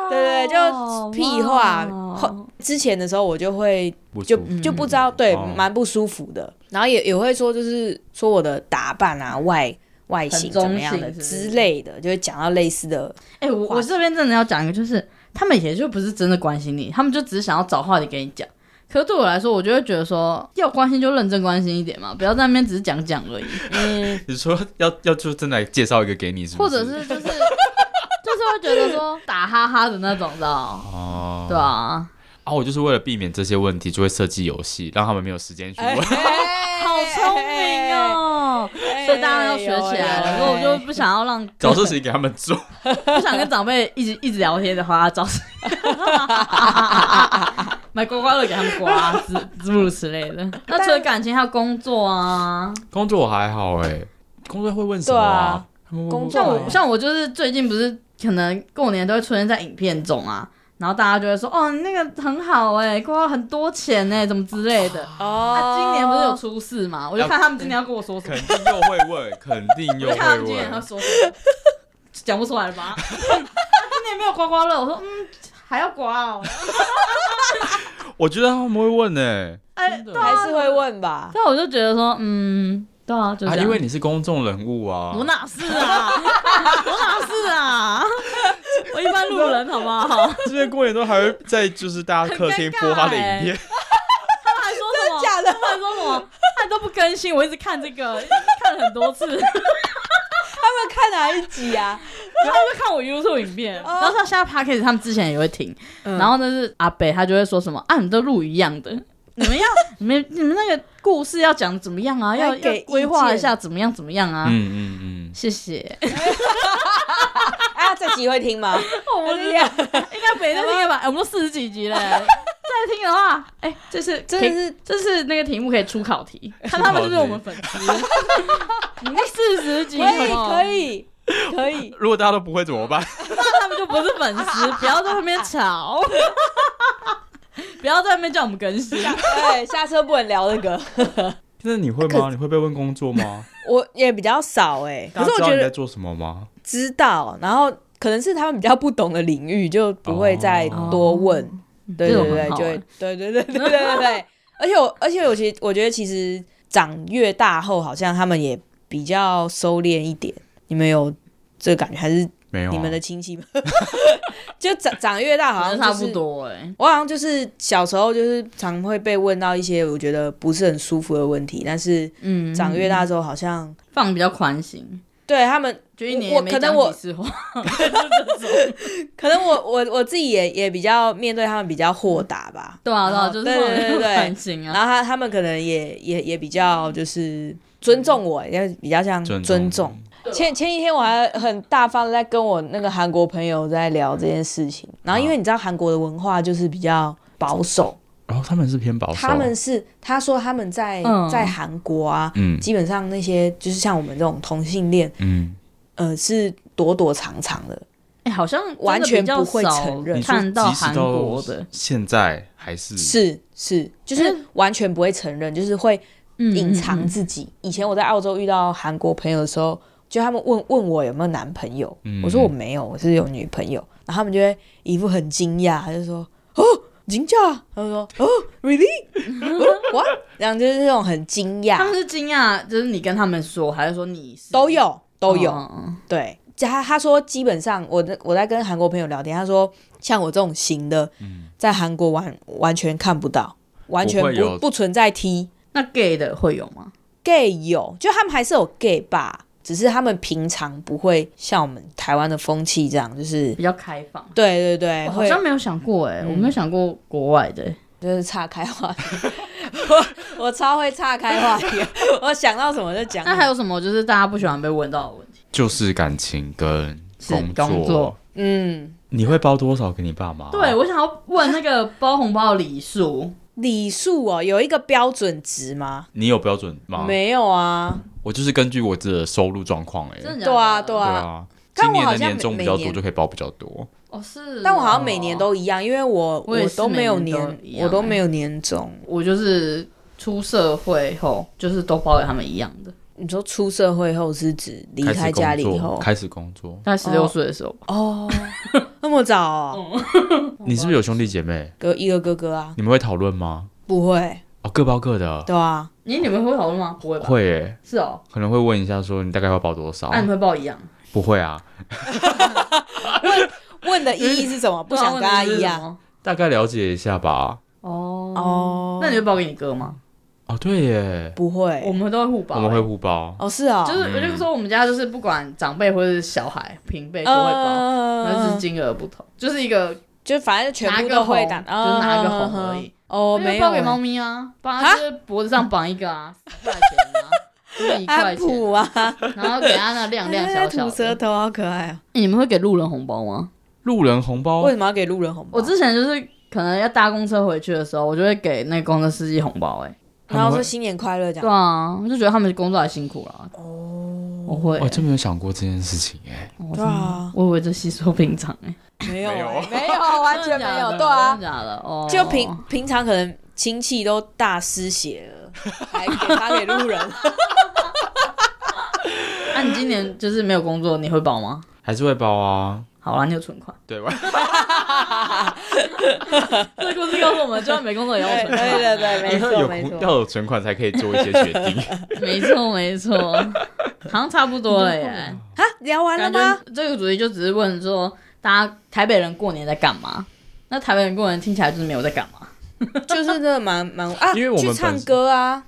C: 对对，就屁话。
B: 哦哇
C: 后之前的时候我就会就就不知道，对，
A: 哦
C: 蛮不舒服的。然后也也会说，就是说我的打扮啊、外外形怎么样的
B: 很中性是不是
C: 之类的，就会讲到类似的。
B: 哎、我
C: 话
B: 我这边真的要讲一个，就是他们也就不是真的关心你，他们就只是想要找话题给你讲。可是对我来说，我就会觉得说，要关心就认真关心一点嘛，不要在那边只是讲讲而已，
C: 嗯，
A: 你说要要就真的来介绍一个给你，是不
B: 或
A: 是？
B: 者是就是就是会觉得说打哈哈的那种，知道吗？
A: 哦，
B: 对啊，
A: 啊，我就是为了避免
C: 哎
A: 这些问题，就会设计游戏，让他们没有时间去问。
B: 好聪明！哦，哎
C: 哎
B: 所以大家都学起来了。所以我就不想要让
A: 找事情给他们做。
B: 不想跟长辈一直一直聊天的话，找 买刮刮乐给他们刮，之诸如此类的。那除了感情，还有工作啊。
A: 工作还好哎、工作会问什么
C: 对
A: 啊
C: 啊？
A: 他们会
C: 工
A: 问
C: 作
B: 像
C: 啊
B: 我像我就是最近不是可能过年都会出现在影片中啊，然后大家就会说哦你那个很好哎、欸，刮到很多钱哎、欸，怎么之类的。
C: 哦
B: 啊，今年不是有出事嘛？我就
A: 要
B: 看他们今年要跟我说什么
A: 肯，定又会问，肯定
B: 我
A: 又
B: 就看他
A: 会
B: 们今年要
A: 问。
B: 说什么，讲不出来了吧？ 他今年没有刮刮乐，我说嗯还要刮哦，
A: 我觉得他们会问呢、
B: 哎、
A: 的
B: 对啊
C: 还是会问吧？
B: 但我就觉得说嗯对啊，就这
A: 啊，
B: 样。
A: 因为你是公众人物啊
B: 我。哪是啊，我哪是啊， 我一般路人好不好？
A: 这边过年都还会在就是大家客厅播他的
B: 很尴尬
A: 影片，
C: 哎
B: 他还说什
C: 真
B: 么
C: 的？假的？
B: 他还说什么？他都不更新，我一直看这个，看了很多次，然
C: 他们看哪一集啊？
B: 后他就看我 YouTube 影片。然后他现在 p a c k a g e 他们之前也会听，然后那是阿北，他就会说什么啊，你们都录一样的，你们要 你们你们那个故事要讲怎么样啊？要
C: 要给
B: 要规划
C: 意见
B: 一下怎么样怎么样啊？
A: 嗯嗯嗯，
B: 谢谢，
C: 啊，这集会听吗？
B: 我
C: 不
B: 应
C: 知道
B: 该没在听了吧？哎我们都四十几 集嘞，再听的话，哎，这是
C: 真
B: 可以
C: 的是
B: 这是那个题目可以出考题，看 他们是不是我们粉丝。 你那四十哦集
C: 可以，
B: 好不好
C: 哎可，以，可 以。
A: 如果大家都不会怎么办？
B: 那他们就不是粉 丝，不要在那边 吵，不要在那边叫我们更新。
C: 对，下车不能聊这个。
A: 那你会吗？你会被问工作吗？
C: 我也比较少哎、
A: 大 家
C: 可是我
A: 知道
C: 觉
A: 你在
C: 得
A: 做什么吗？
C: 知道，然后可能是他们比较不懂的领域，就不会再多问。对
B: 哦这
C: 对
B: 种
C: 对，
B: 很好
C: 就
B: 欸
C: 会对对对对对对对。 而且我，而且我其实我觉得，其实长越大后，好像他们也比较收敛一点。你们有这个感觉，还是
A: 没有啊、
C: 你们的亲 戚们？就长长越大，好像、
B: 差不。多哎，
C: 我好像就是小时候就是常会被问到一些我觉得不是很舒服的问题，但是
B: 嗯，
C: 长越大之后好像、
B: 放比较宽心，
C: 对他们，
B: 就一年
C: 我
B: 也
C: 我
B: 没
C: 可
B: 讲
C: 能我
B: 几次话，
C: 可能我 我我自己也也比较面对他们比较豁达吧，
B: 对 啊对啊，
C: 哦
B: 就是
C: 对
B: 放
C: 对
B: 比较
C: 对对
B: 宽心
C: 然
B: 啊。
C: 后他他们可能也也也比较就是尊重我，也比较像
A: 尊
C: 尊
A: 重
C: 重。前前几天我还很大方的在跟我那个韩国朋友在聊这件事情，
A: 嗯
C: 然后因为你知道韩国的文化就是比较保守，
A: 然后、哦他们是偏保守，
C: 他们是他说他们在、
B: 嗯
C: 在韩国啊，
A: 嗯
C: 基本上那些就是像我们这种同性恋，
A: 嗯，
C: 呃，是躲躲藏藏的，
B: 哎，好像真的
C: 完全
B: 比较
C: 不会
B: 少
C: 承认
A: 你说
B: 看到
A: 即使
B: 韩国的，
A: 现在还是
C: 是是，就是完全不会承认，就是会
B: 嗯
C: 隐藏
B: 嗯
C: 自己。以前我在澳洲遇到韩国朋友的时候，就他们问问我有没有男朋友，
B: 嗯
C: 我说我没有，我是有女朋友，然后他们就会一副很惊讶，他就说哦。惊讶，他就说：“哦，really？我、What？” 然后就是那种很惊
B: 嗯他们
C: 讶，
B: 是惊讶，就是你跟他们说，还是说你是
C: 都有都有。
B: 嗯嗯嗯
C: 对，他他说基本上我在我在跟韩国朋友聊天，他说像我这种型的，
B: 嗯
C: 在韩国完完全看不到，完全
A: 不会
C: 不
A: 有
C: 不存在 T
B: 那 gay 的会有吗？
C: gay 有，就他们还是有 gay 吧，只是他们平常不会像我们台湾的风气这样，就是
B: 比较开放。
C: 对对对，
B: 我好
C: 会嗯
B: 像没有想过哎、我没有想过国外的、
C: 就是岔开话题。 我我超会岔开话题，我想到什么就讲什么。
B: 那还有什么就是大家不喜欢被问到的问题？
A: 就是感情跟
B: 是
A: 工作。
B: 工作
C: 嗯，
A: 你会包多少给你爸妈？
B: 对，我想要问那个包红包的礼数，
C: 礼数哦，有一个标准值吗？
A: 你有标准吗？
C: 没有啊，
A: 我就是根据我自己的收入状况哎、
B: 真的假的？
C: 对啊对
A: 对
C: 啊，
A: 啊，
C: 但
A: 今年
C: 我
A: 的
C: 好像
A: 年终
C: 每
A: 比较
C: 每
A: 多，
C: 年
A: 就可以包比较多。
B: 哦是哦
C: 但我好像每年，都一样，因为我
B: 哦我也是
C: 都没有
B: 每年都
C: 年，
B: 一样
C: 我都没有年终。
B: 我就是出社会后，就是都包给他们一样的，
C: 你说出社会后是指离
A: 开
C: 开
A: 始
C: 家
A: 工
C: 里以后
A: 作，？开始工作。
B: 大概十六岁的时候吧。
C: 哦，那么早 哦？
A: 你是不是有兄弟姐妹？
C: 哥一个哥哥啊？
A: 你们会讨论吗？
C: 不会，
A: 哦，各包各的。
C: 对啊，
B: 你你们会讨论吗？不会吧？
A: 会诶、
B: 是哦，
A: 可能会问一下说你大概会包多少
B: 那、？你会包一样？
A: 不会啊，
C: 问的意义是什么？不想跟
B: 那
C: 他
B: 啊问题
C: 一
B: 是什
C: 样
B: 么
A: 大概了解一下吧。
B: 哦
C: 哦。
B: 那你会包给你哥吗？
A: 哦，对耶，
C: 不
B: 我
C: 会？
B: 们都会互包、
A: 我们会
B: 欸
A: 互包。
C: 哦，是哦，
B: 就是我就说我们家就是不管长辈或者是小孩平辈都会包，但是
C: 呃，
B: 金额不同，就是一个
C: 就反正全
B: 拿
C: 部
B: 个
C: 都会
B: 红
C: 打，嗯
B: 就是拿个红而已
C: 嗯。哦，
B: 那就
C: 没有
B: 包给
C: 欸
B: 猫咪啊，帮它就是脖子上绑一个啊，十块钱啊，就是一块
C: 安
B: 钱，
C: 普啊，
B: 然后给他那亮亮 小小
C: 吐舌
B: 的。
C: 头，好可爱啊！
B: 欸你们会给路人红包吗？
F: 路人红包
C: 为什么要给路人红包？
B: 哦我之前就是可能要搭公车回去的时候，我就会给那公车司机红包、欸。
C: 然后说新年快乐这
B: 对
C: 样，
B: 啊，我就觉得他们工作还辛苦了。哦，我会、
A: 哦
F: 我真没有想过这件事情哎、
B: 我
C: 对啊
B: 我以为这细说平常 哎、
C: 没有
A: 没有
C: 欸没有，完全没有，对啊
B: 真，的假的哦，
C: 就平平常可能亲戚都大失血了，还给他给路 人，
B: 那、你今年就是没有工作，你会包吗？
A: 还是会包啊。
B: 好啦，你有存款。
A: 对吧？
B: 这个故事告诉我们，就算没工作也要有存
C: 对
B: 款。
C: 对对，
A: 因
C: 没
A: 为
C: 错
A: 有
C: 没错
A: 要。有存款才可以做一些决 定。
B: 没错没错，好像差不多了耶。
C: 啊，聊完了
B: 感
C: 吗
B: 觉？这个主题就只是问说，大家台北人过年在干嘛？那台北人过年听起来就是没有在干嘛。
C: 就是真的蛮蛮啊，
A: 因为我们
C: 去
A: 本
C: 唱
A: 身
C: 歌啊，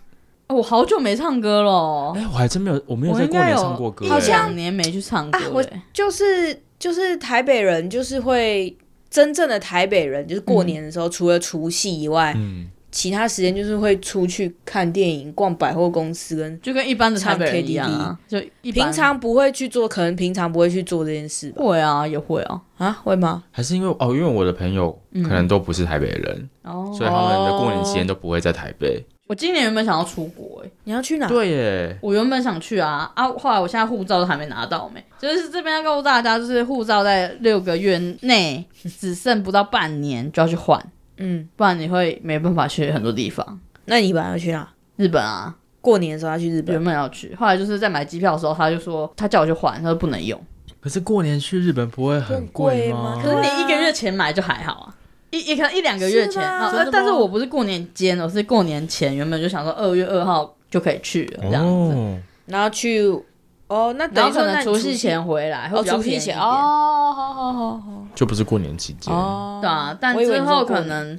B: 哦我好久没唱歌了
F: 哎、，我还真没有，我没有
B: 我
F: 在
B: 应
F: 过
B: 该
F: 年
B: 有
F: 唱过歌、哎
B: 一两年没去唱歌哎
C: 啊我
B: 耶。
C: 就是就是台北人就是会。真正的台北人就是过年的
B: 嗯
C: 时候，除了除夕以外，
F: 嗯，
C: 其他时间就是会出去看电影、逛百货公司跟
B: 就跟一般的台北人一样啊，就一般
C: 平常不会去做，可能平常不会去做这件事吧？
B: 会啊，也会啊。
C: 啊，会吗？
A: 还是因为哦，因为我的朋友可能都不是台北人，
B: 哦，
A: 所以他们的过年期间都不会在台北。
B: 我今年原本想要出国哎、
C: 你要去哪？
A: 对耶，
B: 我原本想去啊啊，后来我现在护照都还没拿到没，就是这边要告诉大家，就是护照在六个月内只剩不到半年就要去换，
C: 嗯，
B: 不然你会没办法去很多地方。
C: 那你本来要去哪？
B: 日本啊，
C: 过年的时候要去日本
B: 原本要去，后来就是在买机票的时候，他就说他叫我去换，他说不能
C: 哦
B: 用，
A: 可是过年去日本不会很贵
C: 更贵吗
A: 吗
B: 可？是你一个月前买就还好啊。一也可能一两个月
C: 是
B: 前，
C: 吗
B: 啊
C: 真的吗
B: 但是我不是过年间，我是过年前，原本就想说二月二号就可以去了这样子，
A: 哦，
C: 然后去哦，那
B: 然
C: 等
B: 后
C: 于说
B: 可
C: 那
B: 能
C: 你
B: 除夕前回来，会
C: 哦，
B: 比较
C: 除
B: 便
C: 夕
B: 宜一
C: 前
B: 点
C: 哦，好好好好
A: 就不是过年期间。
C: 哦，
B: 对啊，但
C: 我以为
B: 之
C: 你
B: 后
C: 说过
B: 可能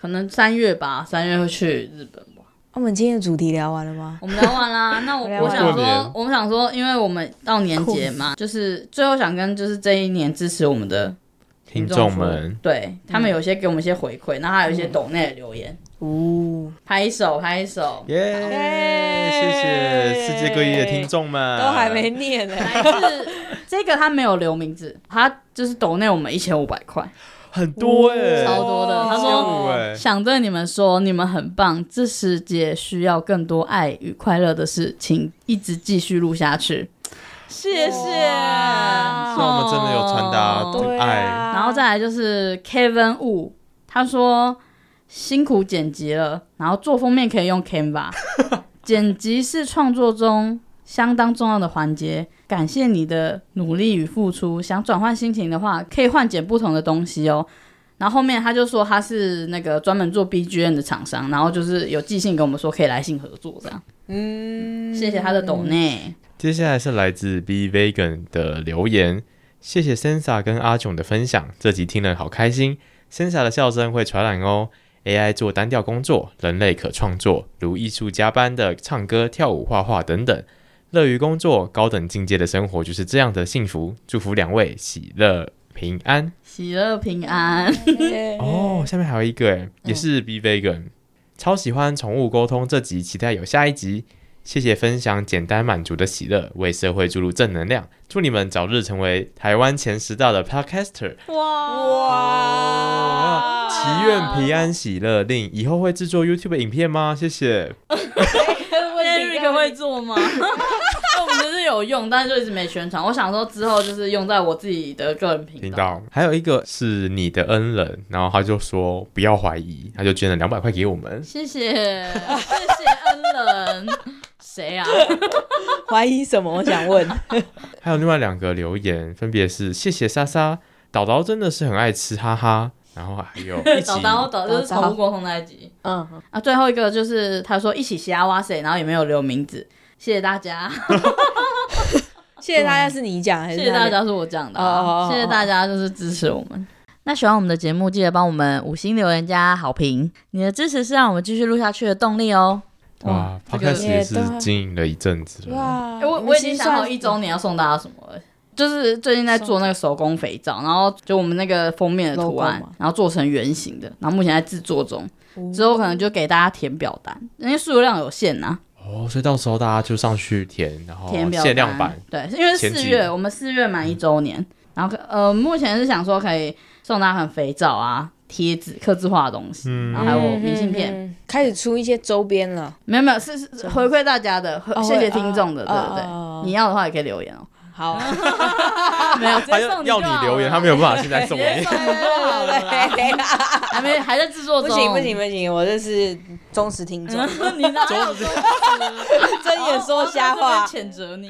B: 可能三月吧，三月会去日本吧。
C: 我们今天的主题聊完了吗？
B: 我们聊完 啦，那我
C: 聊
B: 我
C: 完
B: 想
A: 过
B: 说
A: 年，
B: 我们想说，因为我们到年节嘛，就是最后想跟就是这一年支持我们的
A: 听
B: 众
A: 众
B: 说
A: 们，
B: 对他们有些给我们一些回馈，然后还有一些抖内的留言，
C: 哦，
B: 拍手拍手，
A: 耶！谢谢世界各地的听众们，
C: 都还没念呢，
B: 来自这个他没有留名字，他就是抖内我们一千五百块，
A: 很多
C: 嗯
A: 哎，
B: 超多的。他说
A: 多哎，
B: 想对你们说，你们很棒，这世界需要更多爱与快乐的事，请一直继续录下去。谢谢。
C: 哇
A: 所以我们真的有传达
B: 哦
A: 对
C: 啊
A: 爱，
B: 然后再来就是 Kevin Wu，他说辛苦剪辑了，然后做封面可以用 Canva，剪辑是创作中相当重要的环节。感谢你的努力与付出。想转换心情的话，可以换剪不同的东西哦。然后后面他就说他是那个专门做 BGM 的厂商，然后就是有寄信给我们说可以来信合作这样。嗯，谢谢他的抖内。
A: 接下来是来自 B Vegan 的留言，谢谢 Sensa 跟阿囧的分享，这集听了好开心。Sensa 的笑声会传染哦。AI 做单调工作，人类可创作，如艺术家般的唱歌、跳舞、画画等等。乐于工作，高等境界的生活就是这样的幸福。祝福两位喜乐平安。
B: 喜乐平安，
A: 哦，下面还有一个诶，也是 B Vegan，、超喜欢宠物沟通这集，期待有下一集。谢谢分享简单满足的喜乐，为社会注入正能量。祝你们早日成为台湾前十大的 Podcaster，
C: 哇，
A: 祈愿平安喜乐令。以后会制作 YouTube 影片吗？谢谢。
B: 那瑞克会做吗？ 我们就是有用，但是就一直没宣传。我想说之后就是用在我自己的个人频
A: 听
B: 道。
A: 到，还有一个是你的恩人，然后他就说不要怀疑，他就捐了两百块给我们。
B: 谢谢，谢谢恩人， 谁啊？
C: 怀疑什么？我想问，
A: 还有另外两个留言，分别是谢谢莎莎，导导真的是很爱吃，哈哈。然后还有 一起
B: 找到找就是宠物沟通那一集
C: 嗯，
B: 啊。最后一个就是他说一起瞎哇塞，然后也没有留名字。谢谢大家，
C: 谢谢大家，是你讲还 是
B: 谢谢
C: 他
B: 大
C: 讲？
B: 家是我讲的、
C: 哦哦
B: 啊，
C: 哦哦
B: 谢谢大家就是支持我们。那喜欢我们的节目，记得帮我们五星留言加好评，你的支持是让我们继续录下去的动力哦。
A: 哇
B: 这个
A: ，Podcast 也是经营了一阵子了，
C: 哇
B: 欸我我已经想好一周年要送大家什么了，就是最近在做那个手工肥皂，然后就我们那个封面的图
C: Logo
B: 案
C: 吗，
B: 然后做成圆形
A: 哦，所以到时候大家就上去填，然后
B: 啊填表
A: 哦限量
B: 单
A: 版，
B: 对，因为
A: 前
B: 四
A: 几
B: 月我们四月满一周年，然后可呃，目前是想说可以送大家很肥皂啊、贴纸、刻字化的东西，
A: 嗯
B: 然后还有我明信片，
C: 嗯，嗯嗯开始出一些周边了。
B: 没有没有，是是是回馈大家的，回
C: 哦
B: 谢
C: 会
B: 谢听众的，
C: 哦
B: 对不对？
C: 哦哦哦
B: 你要的话也可以留言哦，
C: 好，
B: 没有，直
A: 他
B: 接
A: 要
B: 送
A: 要
B: 就好
A: 你留言，
B: 了
A: 他没有办法现在送
B: 直接
A: 你。
B: 送就好了，还没还在制作
C: 不
B: 中，
C: 行不行，不行，我这是忠实听众，
B: 你哪有说
C: 睁眼说瞎话。
B: 谴责你，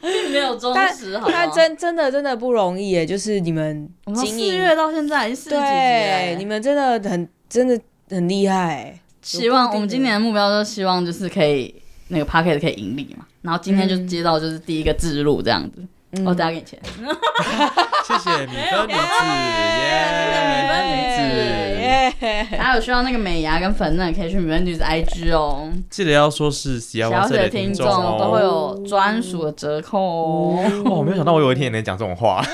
B: 并没有忠
C: 但
B: 实，好吗
C: 但真真的真的不容易耶，就是你们
B: 我们从
C: 经
B: 四
C: 营，
B: 月到现在已经四十几集
C: 对
B: 了，
C: 你们真的很真的很厉害耶。
B: 希望
C: 有固定的
B: 我们今年的目标就是希望就是可以那个 p a c k e t 可以盈利嘛，然后今天就接到就是第一个制录这样子，我等下给你钱，
C: 嗯
A: 谢 谢米芬女子， 耶！
C: 耶！
B: 大家有需要那个美牙跟粉嫩可以去美人女子 IG 哦，
A: 记得要说是喜
B: 小
A: 欢
B: 小
A: 这
B: 的
A: 的
B: 听
A: 众
B: 众都会
A: 哦。
B: 有专属的折扣
C: 嗯
B: 哦，
A: 哇，我没有想到我有一天也能讲这种 话。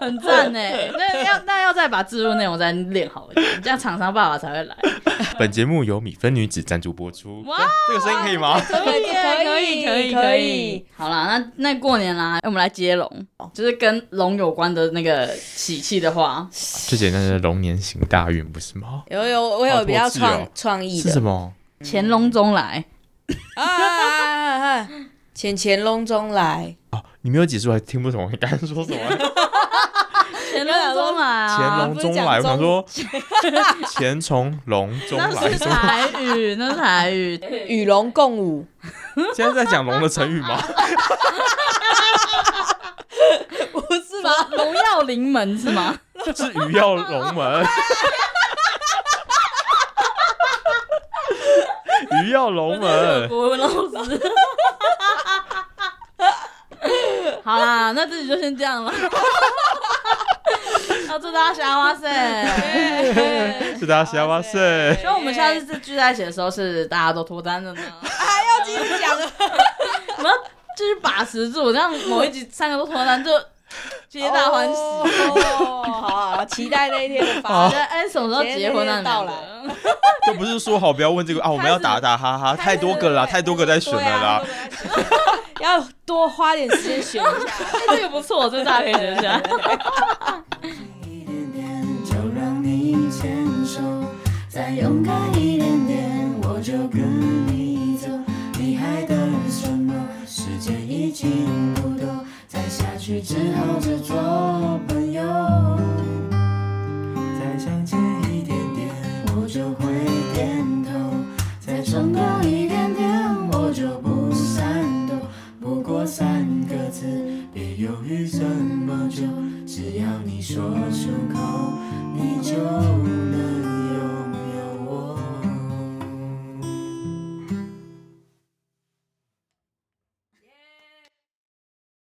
B: 很 赞呢。那要那要再把制录内容再练好一点，这样厂商爸爸才会来。
A: 本节目由米芬女子赞助播出。
B: 哇
A: 哎这个声音可以吗？
C: 可以耶
B: 可以
C: 可以可以。
B: 好啦，那那过年啦，我们来接龙，就是跟龙有关的那个喜气的话，
A: 最简单的龙年行大运不是吗？
C: 有有，我有比较
A: 好多字
C: 创
A: 哦
C: 创意
A: 是什
C: 的
A: 么？
B: 乾隆中来。
C: 啊啊啊！啊钱钱笼中来，
A: 哦，你没有解释，我还听不懂你刚刚说什么。
B: 乾隆中来
A: 乾
B: 啊，
A: 隆中来，我想说钱从龙中
B: 那
A: 来
B: 是。啊台语，那是台语。
C: 与龙共舞，
A: 现在在讲龙的成语 吗？
C: 不是
B: 什么？荣耀临门是吗？
A: 是鱼跃龙门。鱼跃龙门，
B: 国文老师。好啦，那这集就先这样了。 要祝大家小哇塞！
A: 是大家喜欢哇塞！
B: 希望我们下次再聚在一起的时候，是大家都脱单了呢。
C: 还要继续讲的，
B: 我们要继续把持住，这样某一集三个都脱单，就皆大欢喜。
C: 哦，好好，期待那一天的发
B: 我觉。
C: 生
B: 得哎，什么时候结婚啊？
C: 今天到
B: 你
C: 了
B: 们两个
A: 都不是说好不要问这个啊，我们要打打哈哈，太多个了啦，太多个在选了啦。
C: 要多花点时间选一下。
B: 哎这个不错，这个大家可以学一 下。
D: 一点点，就让你牵手，再勇敢一点点，我就跟你走。你还等什么？时间已经不多，再下去只好只做朋友。再向前一点点，我就会点头；再冲动一点点，我就不闪躲。不过三个字，别犹豫这么久。只要你说出口，你就能。